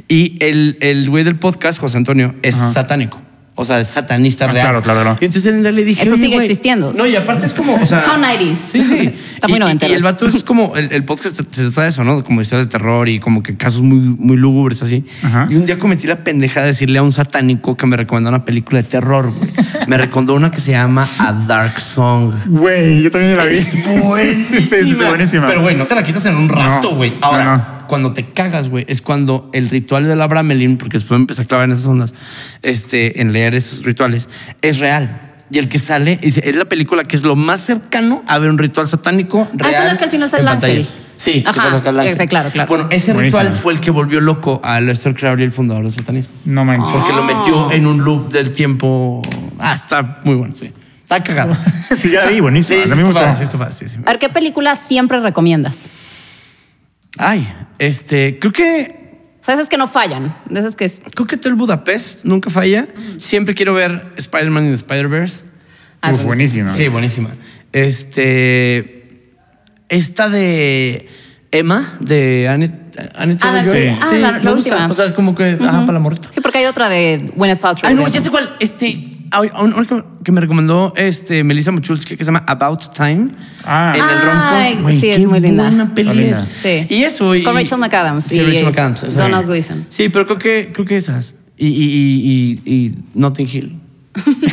Y el, el güey del podcast, José Antonio, es
Ajá.
satánico. O sea, es satanista
Ah,
real.
claro, claro, claro.
Y entonces en realidad le dije.
Eso
"Oye,
sigue
güey".
existiendo.
No, y aparte es como. O sea,
How 90s.
Sí, sí.
Está muy
Y- y-
noventero
Y, el
eso.
vato es como. El, el podcast se se trata de eso, ¿no? Como historias de terror y como que casos muy, muy lúgubres así.
Ajá.
Y un día cometí la pendeja de decirle a un satánico que me recomendó una película de terror, güey. Me recomendó una que se llama A Dark Song.
Güey, yo también la vi. Sí, sí, sí,
Buenísima.
buenísima.
Pero güey, no te la quitas en un rato,
No,
güey. Ahora,
no,
cuando te cagas, güey, es cuando el ritual de la Bramelin, porque después me empecé a clavar en esas ondas, este, en leer esos rituales, es real. Y el que sale, dice, es la película que es lo más cercano a ver un ritual satánico
Ah,
real.
esa es la que al final sale
en
el ángel.
pantalla. Sí, que
Ajá,
sale acá el ángel.
ese, claro, claro.
Bueno, ese
Buenísimo.
ritual fue el que volvió loco a Lester Crowley, el fundador del satanismo.
No manches.
Porque
Ah.
lo metió en un loop del tiempo. Ah, está muy bueno, sí. Está cagado.
Sí, ya la vi, buenísima.
Sí,
A
sí,
mí me
está
gustó.
padre, sí, está padre, sí, sí, me
A ver, ¿qué película siempre recomiendas?
Ay, este, creo que
O sea, esas que no fallan. De esas que es...
creo que el Budapest nunca falla. Siempre quiero ver Spider-Man y the Spider-Verse.
Ah,
Uf, buenísima.
Sí, buenísima. Este esta de Emma de Annette Annette
Ah, la-
Taylor-Joy.
sí. Ah, la- la
me gusta.
última.
O sea, como que ajá, para la morrita.
Sí, porque hay otra de Gwyneth Paltrow.
Ay, Ah, no,
de-
ya sé cuál. Este, hay un- una que- que me recomendó este, Melissa Muchulski que se llama About Time.
Ah.
en el
Ay,
ronco. Güey,
sí, es
qué
muy linda.
buena peli
Está linda.
es.
Sí.
Y eso. Y,
Con Rachel McAdams
Sí,
y-
Rachel McAdams.
y
exacto.
Donald Gleason.
Sí, pero creo que, creo que esas. Y, y, y, y, y Notting Hill.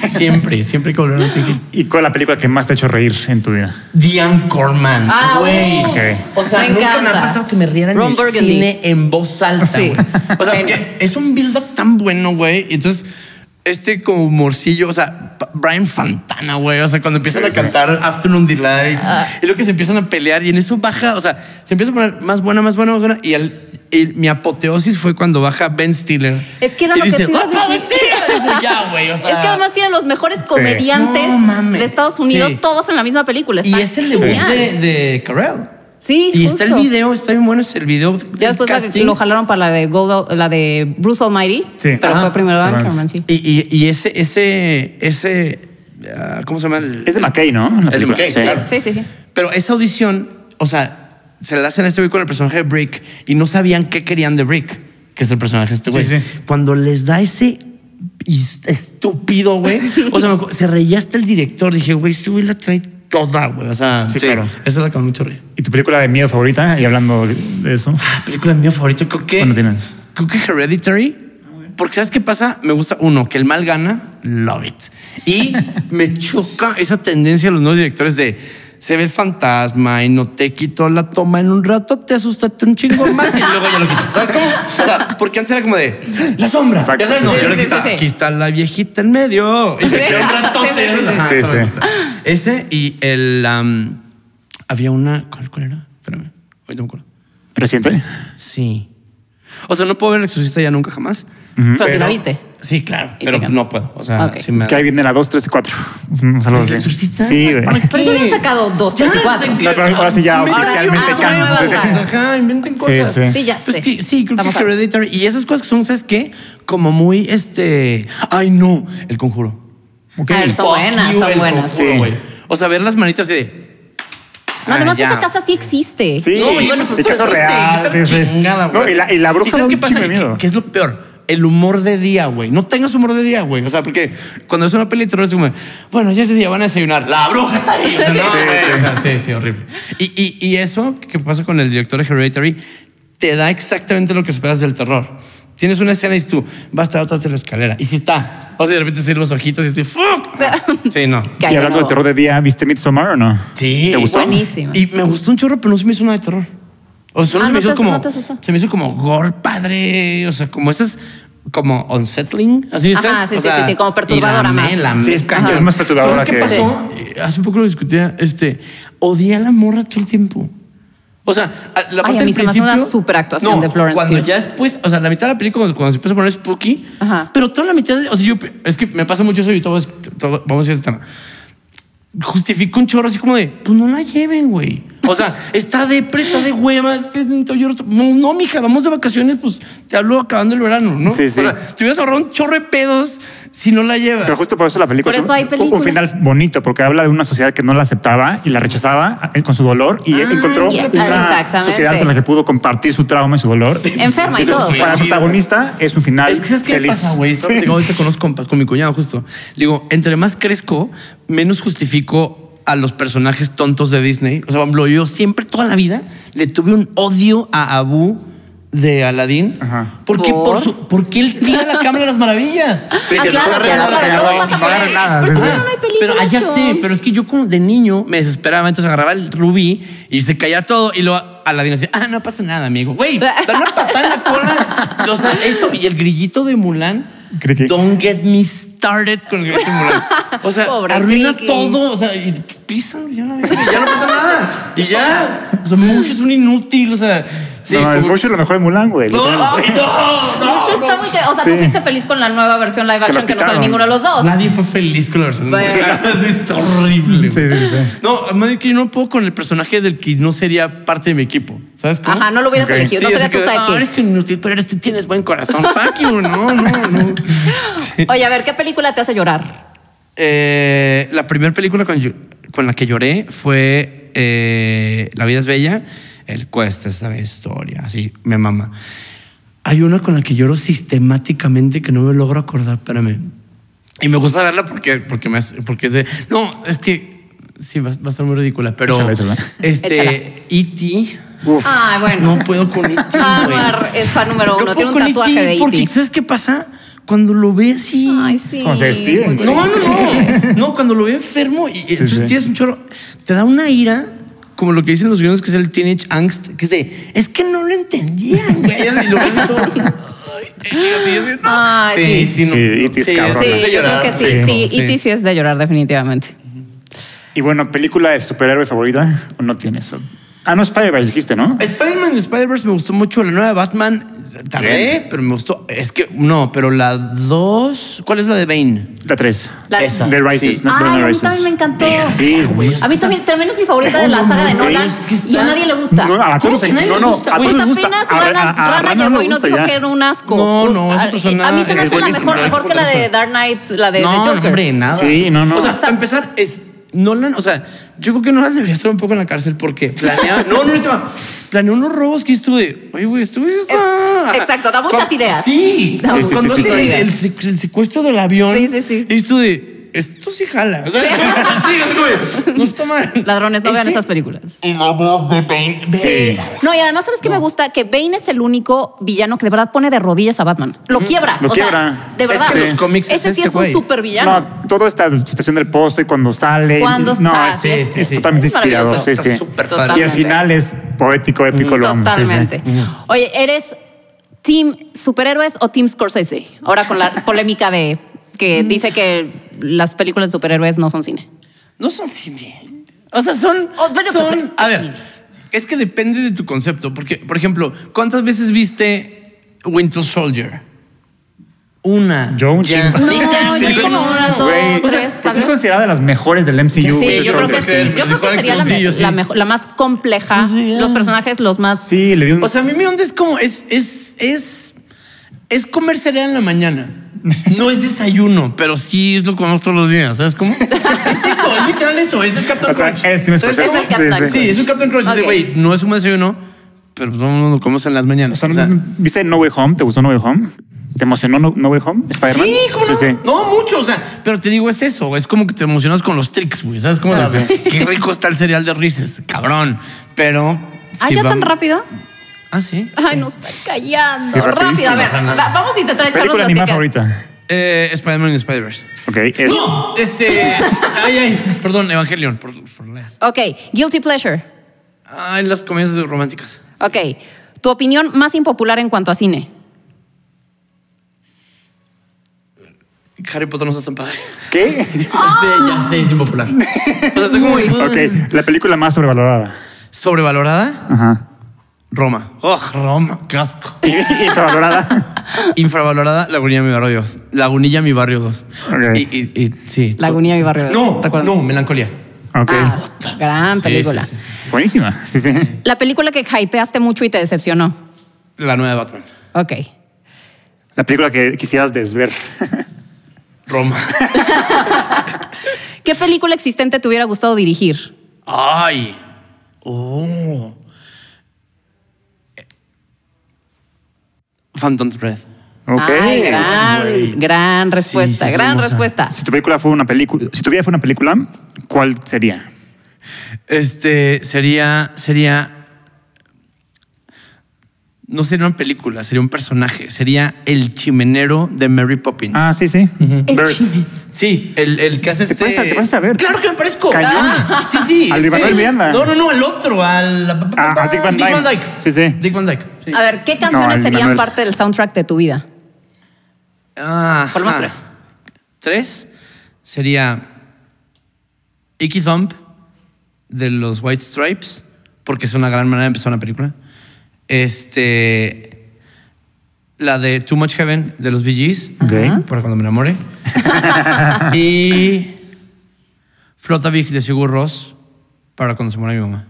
siempre, siempre hay que volver a Notting Hill.
¿Y cuál es la película que más te ha hecho reír en tu vida?
Diane Corman,
Ah,
güey.
uf.
O sea,
Me
nunca me ha
encanta.
pasado que me rieran en
Ron
el
Burgundy.
cine en voz alta,
Sí.
güey. O sea,
Sí.
porque es un build-up tan bueno, güey. Y Entonces, este como morcillo, o sea, P- Brian Fantana, güey. O sea, cuando empiezan a cantar Afternoon Delight,
Ah.
es lo que se empiezan a pelear y en eso baja, o sea, se empieza a poner más buena, más buena, más buena. Y, al- y mi apoteosis fue cuando baja Ben Stiller.
Es que era
y
lo que
dice,
te iba a
"Otra vez
decir".
sí". Digo, ya, güey. O sea,
es que además tienen los mejores comediantes
No mames.
de Estados Unidos,
Sí.
todos en la misma película.
Y
Está
es el debut
genial.
de, de Carell.
Sí,
Y está el
justo.
video, está bien bueno es el video.
Ya después la- lo jalaron para la de Gold, la de Bruce Almighty.
Sí.
Pero
Ajá.
fue primero Dan
Seguramente.
Cameron, sí.
Y, y, y ese, ese, ese, ah, ¿cómo se llama? El-
Es de McKay, ¿no? La
Es de
película,
McKay,
sí.
claro.
Sí, sí, sí.
Pero esa audición, o sea, se la hacen a este güey con el personaje de Brick y no sabían qué querían de Brick, que es el personaje de este
Sí,
güey.
sí.
Cuando les da ese is- estúpido, güey. O sea, me acu- se reía hasta el director. Dije, güey, este güey la trae toda, güey. O sea,
Sí, claro.
Esa es la que me mucho río.
¿Y tu película de miedo favorita? Y hablando de eso.
Ah, película mía favorita, creo que.
¿Cuándo tienes?
Creo que Hereditary. Porque ¿sabes qué pasa? Me gusta, uno, que el mal gana, love it. Y me choca esa tendencia de los nuevos directores de se ve el fantasma y no te quito la toma en un rato, te asustaste un chingo más y luego ya lo quito. ¿Sabes cómo? O sea, porque antes era como de la sombra.
Exacto,
ya sabes, no,
sí,
y ahora
sí,
aquí,
sí,
está,
sí.
aquí está la viejita en medio. Y se
Sí.
queda un ratote.
Sí, sí, sí.
Ajá,
Sí,
eso me
sí.
gusta. Ese y el... am, había una... ¿Cuál, cuál era? Espérame. Ahorita me acuerdo.
¿Reciente?
Sí. O sea, no puedo ver El Exorcista ya nunca jamás.
Pero si
Pero-
la viste.
Sí, claro.
Y
Pero
te encanta.
no puedo. O sea,
Ok.
sí me
Que ahí viene la 2, 3 y 4. Un saludo.
¿El
sí.
exorcista?
Sí, güey.
¿Para qué?
Pero si hubieran sacado dos, tres y cuatro.
No, pero ahora sí ya
Inventan
oficialmente pues,
cosas
canon,
nuevas,
sí, sí.
Ajá, inventen cosas.
sí.
Sí, ya
Pues
sé.
que- sí, creo
Estamos
que
a-
Hereditary. Y esas cosas que son, ¿sabes qué? Como muy, este... Ay, no, El Conjuro.
Ok.
A ver, Ah, son
Fuck
buenas,
you,
son
El
buenas.
Conjuro,
Sí.
güey. O sea, ver las manitas así de... Ah,
No, además
ya.
esa casa sí existe.
Sí,
No,
y
y
bueno,
pues,
pues
es caso
existe,
real.
qué tan
sí, sí.
chingada,
No,
güey.
y la, y la bruja
¿Y sabes
da
qué
un
pasa?
chingo de miedo.
¿Qué, qué es lo peor? El humor de día, güey. No tengas humor de día, güey. O sea, porque cuando es una peli de terror es como, bueno, ya ese día van a desayunar. La bruja está ahí. O sea, no, güey. O sea, sí, sí, horrible. Y, y, y eso que pasa con el director de Hereditary te da exactamente lo que esperas del terror. Tienes una escena y dices tú, va a estar atrás de la escalera. Y si está. O sea, de repente se los ojitos y dices, ¡fuck! Sí, no.
Que hay
Y
de
hablando de
nuevo.
terror de día, ¿viste Midsommar o no?
Sí.
¿Te gustó?
Buenísima.
Y me gustó un chorro, pero no se me hizo nada de terror. O sea, solo
Ah, no
se me hizo
te-
como.
no te asustó.
se me hizo como gore padre. O sea, como esas. Como unsettling, así
Ajá,
esas,
sí,
o
sí,
sea,
sí, sí, como
y
perturbadora
la amé,
más.
la amé,
Sí, es
cañón.
más perturbadora
¿Sabes qué
que-
pasó? Eh, Hace poco lo discutía. Este, odié a la morra todo el tiempo. O sea, a-
Ay,
la parte
a
del
mí se me hace una
principio-
superactuación
No,
de Florence
Cuando
Pugh.
ya después, o sea, la mitad de la película, cuando, cuando se empieza a poner spooky,
Ajá.
pero toda la mitad, de- o sea, yo, es que me pasa mucho eso y todo, es- todo- vamos a ir a este tema justificó un chorro así como de, pues no la lleven, güey. O sea, está de presta de hueva, es que necesito llorar. No, no, mija, vamos de vacaciones, pues te hablo acabando el verano, ¿no?
Sí, sí.
O sea, te hubieras ahorrado un chorro de pedos si no la llevas.
Pero justo por eso la película
Por
es
eso hay
un-
película.
un final bonito, porque habla de una sociedad que no la aceptaba y la rechazaba eh, con su dolor y
Ah,
encontró
ya,
una
exactamente.
sociedad con la que pudo compartir su trauma y su dolor.
Enferma y
Entonces,
todo.
Para el protagonista es un final
Es que ¿sabes qué
feliz.
pasa, güey? Estaba platicando ahorita con, unos compas- con mi cuñado justo. Le digo, entre más crezco, menos justifico a los personajes tontos de Disney. O sea, por ejemplo, yo siempre, toda la vida, le tuve un odio a Abu de Aladdin.
Ajá.
Porque, ¿Por?
¿Por?
su, porque él tira la cámara de las maravillas.
Sí,
Ah,
que no
claro,
agarre
claro,
nada,
para
que
todo
no-
vas a
no agarre
poner-
nada.
Pero
Sí,
eso
sí.
no hay película,
Pero allá
John.
sí, pero es que yo como de niño me desesperaba, entonces agarraba el rubí y se caía todo y luego Aladín decía, ah, no pasa nada, amigo. Güey, dale una patada en la cola. O sea, eso y el grillito de Mulan.
Criqui.
Don't get me started con el grillito de Mulan. O sea,
Pobre
arruina
Criqui.
todo. O sea, y písalo, ya la verga, ya no pasa nada. Y ya, o sea, mucho es un inútil, o sea, sí,
no, es
como-
mucho lo mejor de Mulan, güey.
no, ay, no, no,
Mucho está muy ca- O sea, tú
Sí.
fuiste feliz con la nueva versión live
lo
action que no sale
quitaron.
ninguno de los dos.
Nadie fue feliz con la versión.
Bueno.
Está horrible.
Sí,
güey.
sí, sí.
No, además de que yo no puedo con el personaje del que no sería parte de mi equipo. ¿Sabes cómo?
Ajá, no lo hubieras
Ok.
elegido,
Sí,
no
así
sería tu
que, "Ah,
sidekick.
eres inútil, pero eres, tienes buen corazón. Fuck you. No, no, no. Sí.
Oye, a ver, ¿qué película te hace llorar?
Eh, la primera película con, yo- con la que lloré fue eh, La vida es bella. El cuesta esta vez historia. Así, me mama. Hay una con la que lloro sistemáticamente que no me logro acordar. Espérame. Y me gusta verla porque, porque, me hace- porque es de. No, es que. Sí, va, va a estar muy ridícula, pero.
Échala, échala.
Este. E.T.
Uf.
Ah, bueno.
No puedo con E.T. güey.
Amar es fan número uno.
No
Tiene
puedo
un
con
tatuaje
E.T.
de
Porque,
E.T.
¿sabes qué pasa? Cuando lo ve así.
Ay, sí. Pues,
Como se despiden,
Muy
No, no,
triste.
no. No, cuando lo veo enfermo y eh, entonces
sí.
tienes un chorro. Te da una ira, como lo que dicen los guiones que es el teenage angst, que es de, es que no lo entendían, güey. Y lo ven todo. Ay, y yo digo, no.
Ay, sí.
sí, no.
Sí, E.T. es cabrón.
Sí,
Es de
yo creo que sí. Sí, E.T. sí es de llorar, definitivamente.
Y bueno, película de superhéroe favorita o no tienes. Ah, no, Spider-Man dijiste, ¿no?
Spider-Man y Spider-Verse me gustó mucho. La nueva de Batman, tardé,
Bien.
pero me gustó. Es que, no, pero la dos. ¿Cuál es la de Bane?
La 3.
La-
Esa.
The Rises,
Sí.
no, Burn
Ay, Ah, a
the
mí
Rises.
también me encantó.
Sí, güey.
A mí también, también es mi favorita de la saga de
Sí.
Nolan
Oh, Es que
y a
está-
nadie le gusta.
No, a
¿Cómo
todos
que
en-
nadie
no,
le
no,
gusta?
a todos
Pues
les gusta.
apenas
A-
Rana,
a- a
Rana
Rana
llegó
le
y nos
gusta
dijo
ya.
que era un asco.
No, no, esa
a-
persona
A mí se me
es
hace la
buenísima,
mejor,
no
mejor que la de
importa.
Dark Knight, la de,
no,
de
no,
Joker.
hombre, nada.
Sí, no, no.
O sea, para empezar, es Nolan, o sea, yo creo que Nolan debería estar un poco en la cárcel porque planea. no, no, no, Planeó unos robos que estuve. Oye, güey, estuve. ah".
exacto, da muchas
Cuando-
ideas.
Sí,
Da
cuando-
sí,
cuando
sí, sí,
hace
sí.
el, sec- el secuestro del avión.
Sí, sí, sí.
Y estuve. Esto sí jala. O sea, sí, es como, No está mal.
Ladrones, no vean
Ese-
esas películas.
Eh.
Y la voz de Bane.
Sí.
No, y además, ¿sabes qué me gusta? Que Bane es el único villano que de verdad pone de rodillas a Batman. Lo quiebra.
lo
o sea,
quiebra.
de verdad.
Es que los cómics es
Ese sí
ese
es un
güey.
supervillano.
No, toda esta situación del pozo y cuando sale.
Cuando
no,
sale,
es-
sí,
es,
sí,
es
sí.
totalmente
Es maravilloso.
inspirado. Sí,
Está
sí.
súper
Total.
padre.
Y al final es poético, épico, lo amo. Sí, sí.
Totalmente. Oye, ¿eres team superhéroes o team Scorsese? Ahora con la polémica de
Mm.
que dice que las películas de superhéroes no son cine.
No son cine. O sea, son.
Oh, bueno,
son-
pues,
a ver, Es que depende de tu concepto. Porque, por ejemplo, ¿cuántas veces viste Winter Soldier? Una.
Yo un
Ya.
chingo.
No,
Sí,
yo como
no.
unas dos, tres,
Güey, pues
tal
es
vez.
considerada de las mejores del MCU.
Sí,
Sí, yo creo que
Joker,
sí. Yo creo que
Alex
sería la, me-
Castillo, sí.
la mejor- la más compleja.
Sí, sí, ya.
Los personajes los más.
Sí, le di un...
O sea, a mí me onda es como, es, es, es, es comer cereal en la mañana. No es desayuno, pero sí es lo que comemos todos los días, ¿sabes cómo? es eso, es literal eso, es el Captain
O sea,
Crunch.
este me
¿Sabes
escucha.
cómo?
Es el Captain Crunch.
Sí, es un Captain Crunch. Dice,
Ok.
güey, no es un desayuno, pero todo el mundo lo comemos en las
O
mañanas.
sea,
O sea,
¿viste No Way Home? ¿Te gustó No Way Home? ¿Te emocionó No, No Way Home? ¿Spider-Man?
sí, ¿cómo no?
Sí, sí.
No, mucho, o sea, pero te digo, es eso, es como que te emocionas con los tricks, güey, ¿sabes cómo?
Sí, sí.
Qué rico está el cereal de Reese's, cabrón, pero...
Ah,
sí
ya tan
vamos-
rápido.
Ah, sí.
Ay, nos está callando.
Sí,
Rápido.
rapidísimo.
A ver,
No pasa nada.
va- vamos a intentar echarnos
¿Película
las
animada
que-
favorita?
Eh, Spider-Man y Spider-Verse.
Ok, es...
No, este. ay, ay, perdón, Evangelion, por, por leer.
Ok, Guilty Pleasure.
Ay, las comedias románticas.
Ok. Tu opinión más impopular en cuanto a cine.
Harry Potter no está tan padre.
¿Qué?
Ya sé, ya sé, es impopular. O sea, está como
Ok, la película más sobrevalorada.
sobrevalorada.
Ajá.
Roma. Oh, Roma, casco.
¿Y, y sobrevalorada?
Infravalorada, Lagunilla Mi Barrio 2. Lagunilla Mi Barrio 2.
Ok.
Y, y, y sí.
Lagunilla y Barrio. Verde,
No,
recuerdo.
no, melancolía.
Ok.
Ah, gran
Sí,
película.
sí, sí, sí.
Buenísima. Sí, sí.
La película que hypeaste mucho y te decepcionó.
La nueva de Batman.
Ok.
La película que quisieras desver.
Roma.
¿Qué película existente te hubiera gustado dirigir?
Ay. Oh. Phantom Thread.
Ok.
Ay, gran,
Güey.
gran
Sí,
respuesta,
sí, es
gran
hermosa.
respuesta.
Si tu película fue una película, si tu vida fue una película, ¿cuál sería?
Este sería, sería, no sería una película, sería un personaje, sería el chimenero de Mary Poppins.
Ah, sí, sí.
El
Birds.
chisme.
Sí, el, el que hace
Te
este.
pareces- te pareces a Bird.
Claro que me parezco.
Cañón.
Ah, sí, sí.
Al de Manuel Miranda.
No, no, no, al otro, al.
Ah, a Dick Van Dyke. Sí, sí.
Dick Van Dyke. sí.
A ver, ¿qué canciones
el
serían
Manuel.
parte del soundtrack de tu vida?
Ajá.
Por lo menos tres.
Ah, Tres sería Icky Thump de los White Stripes, porque es una gran manera de empezar una película. Este. La de Too Much Heaven de los Bee Gees,
Ok.
para cuando me enamore. y. Flotavik de Sigur Ross, para cuando se muera mi mamá.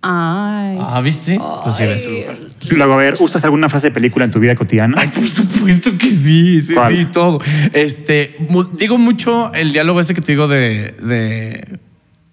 Ay.
Ah, ¿viste? Los llevé a ese lugar.
Luego, a ver, ¿usas alguna frase de película en tu vida cotidiana?
Ay, por supuesto que sí, sí,
¿Cuál?
sí, todo. Este, mu- digo mucho el diálogo ese que te digo de, de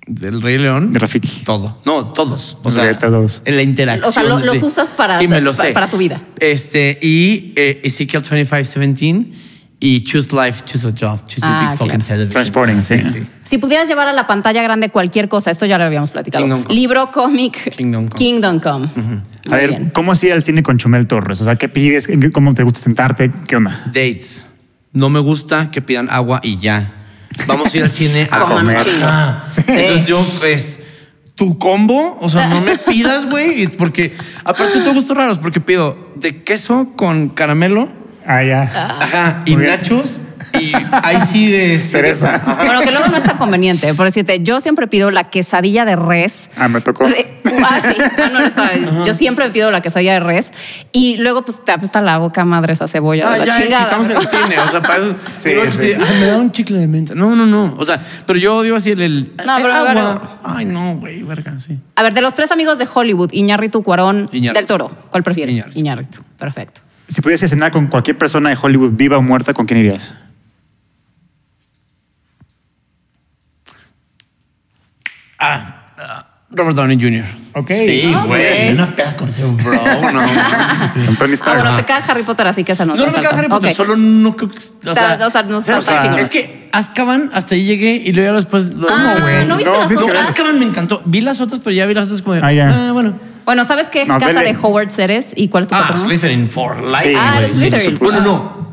del Rey León.
De Rafiki.
Todo. No, todos. O
Ok,
sea,
todos.
en la interacción.
O sea, lo-
sí.
los usas para-
Sí, me lo sé.
para tu vida.
Este, y eh, Ezekiel 2517 y Choose Life, Choose a Job, Choose
Ah,
a Big Fucking
claro.
Television. Ah,
Transporting, sí.
Si pudieras llevar a la pantalla grande cualquier cosa, esto ya lo habíamos platicado.
Kingdom Come.
Libro, cómic,
Kingdom Come.
Kingdom Come. Muy
A ver,
bien.
¿cómo es ir al cine con Chumel Torres? O sea, ¿qué pides? ¿En qué- ¿Cómo te gusta sentarte? ¿Qué onda?
Dates. No me gusta que pidan agua y ya. Vamos a ir al cine a
Coman
comer.
un chingo.
Ajá.
Sí.
Entonces yo, pues, tu combo, o sea, no me pidas, güey, y porque aparte tengo gustos raros, porque pido de queso con caramelo,
Ah, ya.
ajá, y
Muy bien.
nachos, y ahí sí de cereza.
Cereza.
Ajá.
Bueno, que luego no es tan conveniente. Por decirte, yo siempre pido la quesadilla de res.
Ah, me tocó.
De- ah, sí. Ah, no, no estaba. Yo siempre pido la quesadilla de res. Y luego, pues, te apesta la boca madre esa cebolla.
Ah,
de la
ya,
chingada.
estamos en el cine, o sea, para eso-
Sí,
luego,
sí.
sí, "Ay, me da un chicle de menta. No, no, no. O sea, pero yo odio así el, el-
No,
"Eh,
pero,
agua".
pero-
Ay, no, güey, verga, sí.
A ver, de los tres amigos de Hollywood, Iñarritu, Cuarón,
Iñárritu.
Del Toro, ¿cuál prefieres?
Iñárritu.
Iñárritu. Perfecto.
Si pudiese cenar con cualquier persona de Hollywood, viva o muerta, ¿con quién irías?
Ah, ah, Robert Downey Jr.
Ok.
Sí,
Ah,
güey.
ok.
Una peda con ese bro. No,
Con
Ah,
Tony Stark.
bueno, te cae Harry Potter, así que esa no
no, no me
salta.
caga Harry Potter.
Ok.
Solo no creo que. O
Está-
sea,
o sea, no está
¿sabes?
tan chingón.
Es que Azkaban, hasta ahí llegué y luego ya después. lo-
Ah,
No, güey.
¿no viste
No,
las
dice que-
otras?
Azkaban me encantó. Vi las otras, pero ya vi las otras como. de,
Ah, ya.
Ah, bueno.
Bueno, ¿sabes qué
No,
casa
vele.
de Howard eres y cuál es tu
Ah,
patrón?
Slytherin for life.
Sí,
Ah,
güey,
eres Slytherin.
sí, por
Bueno,
supuesto.
no.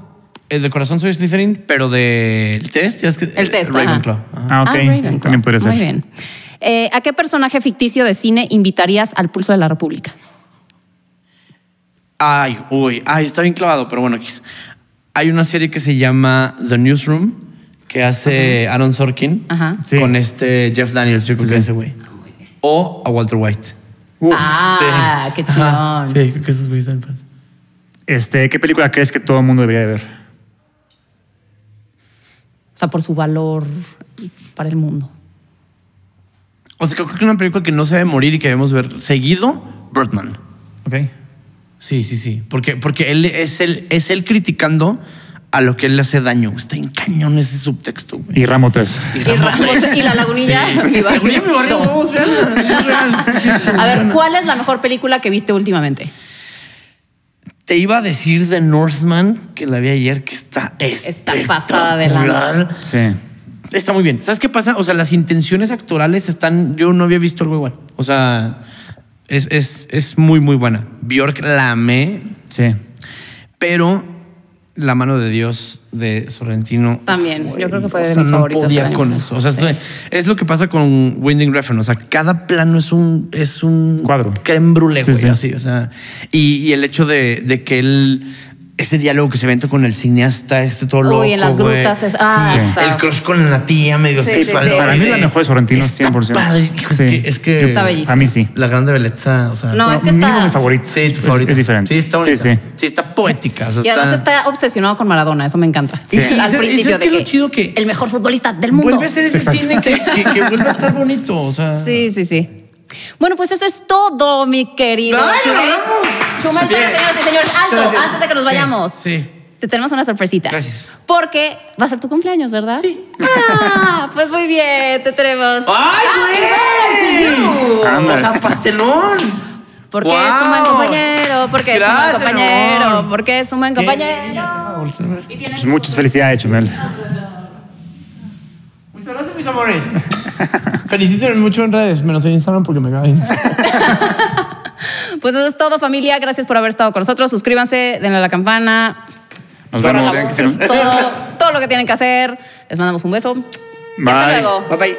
El de corazón soy Slytherin, pero del test. ya es que- eh,
El test, ajá.
Ravenclaw. Ajá.
Ah, ok.
Ravenclaw.
También podría ser.
Muy bien. Eh, ¿A qué personaje ficticio de cine invitarías al Pulso de la República?
Ay, uy, ay, está bien clavado, pero bueno, X. Hay una serie que se llama The Newsroom que hace Aaron Sorkin
Ajá.
Sí.
con este Jeff Daniels, yo creo que
Sí.
ese güey. O a Walter White.
Uf.
ah,
Sí.
qué chingón.
Ajá, Sí, creo que esos güeyes están padres.
Este, ¿Qué película crees que todo el mundo debería de ver?
O sea, por su valor para el mundo.
O sea, creo que una película que no se debe morir y que debemos ver seguido, Birdman.
Ok.
Sí, sí, sí. Porque, porque él es él, es él criticando a lo que él le hace daño. Está en cañón ese subtexto, güey.
Y Ramo 3.
Y, Ramos- y la lagunilla.
Sí.
mi barrio.
Lagunilla, mi barrio,
Dos.
vamos, véanla, es real, sí, sí.
A ver, ¿cuál es la mejor película que viste últimamente?
Te iba a decir de Northman, que la vi ayer, que está
Está pasada de lanza.
espectacular.
Sí.
Está muy bien. ¿Sabes qué pasa? O sea, las intenciones actorales están. Yo no había visto algo igual. O sea, es, es, es muy, muy buena. Bjork la amé,
Sí.
pero la mano de Dios de Sorrentino.
También, yo creo que fue de
o sea,
mis favoritos
No
del
podía
año
con eso.
pasado.
O sea, es, es lo que pasa con Winding Refn. O sea, cada plano es un. Es un
Cuadro.
Creme brûlée,
Sí,
güey,
sí.
así. O sea, y, y el hecho de, de que él. Ese diálogo que se venta con el cineasta, este todo loco.
Uy, en las
güey.
grutas. Es, ah,
Sí.
está.
El crush con la tía, medio
Sí,
así,
sí,
para-
sí.
Para mí la mejor es Sorrentino,
Está
100%.
padre, hijo, es
Sí.
que- es que-
Está bellísimo.
A mí sí.
La grande belleza, o sea.
No, es que
mínimo
está-
mi favorito.
Sí, tu
Es-
favorita.
Es, diferente.
Sí, está bonita.
Sí, sí.
está poética. o sea,
Y además está obsesionado con Maradona, eso me encanta.
Sí. Y- y-
Al
y-
principio
¿sabes
de
qué es lo
que
chido que-
el mejor futbolista del mundo.
Vuelve a ser ese cine que, que, que vuelve a estar bonito, o sea.
Sí, sí, sí. Bueno, pues eso es todo, mi querido.
¡Ay,
Chumel.
vamos!
Chumel,
Bien.
señoras y señores, alto,
Gracias.
antes de que nos vayamos.
Sí.
Te tenemos una sorpresita.
Gracias.
Porque va a ser tu cumpleaños, ¿verdad?
Sí.
Ah, pues muy bien, te tenemos. Ah,
¡Ay, güey!
Ándale.
O sea, pastelón.
Porque es
¡Guau!
un buen compañero, porque es
Gracias,
un buen compañero,
amor.
porque es un buen compañero.
Muchas
Pues muchas felicidades, Chumel.
gracias, mis amores. Felicítenme mucho en redes, menos en Instagram porque me caen.
Pues eso es todo, familia. Gracias por haber estado con nosotros. Suscríbanse, denle a la campana.
Nos
Ahora
vemos.
la
Eso es todo, todo lo que tienen que hacer. Les mandamos un beso. Y Hasta
Bye.
luego.
Bye bye.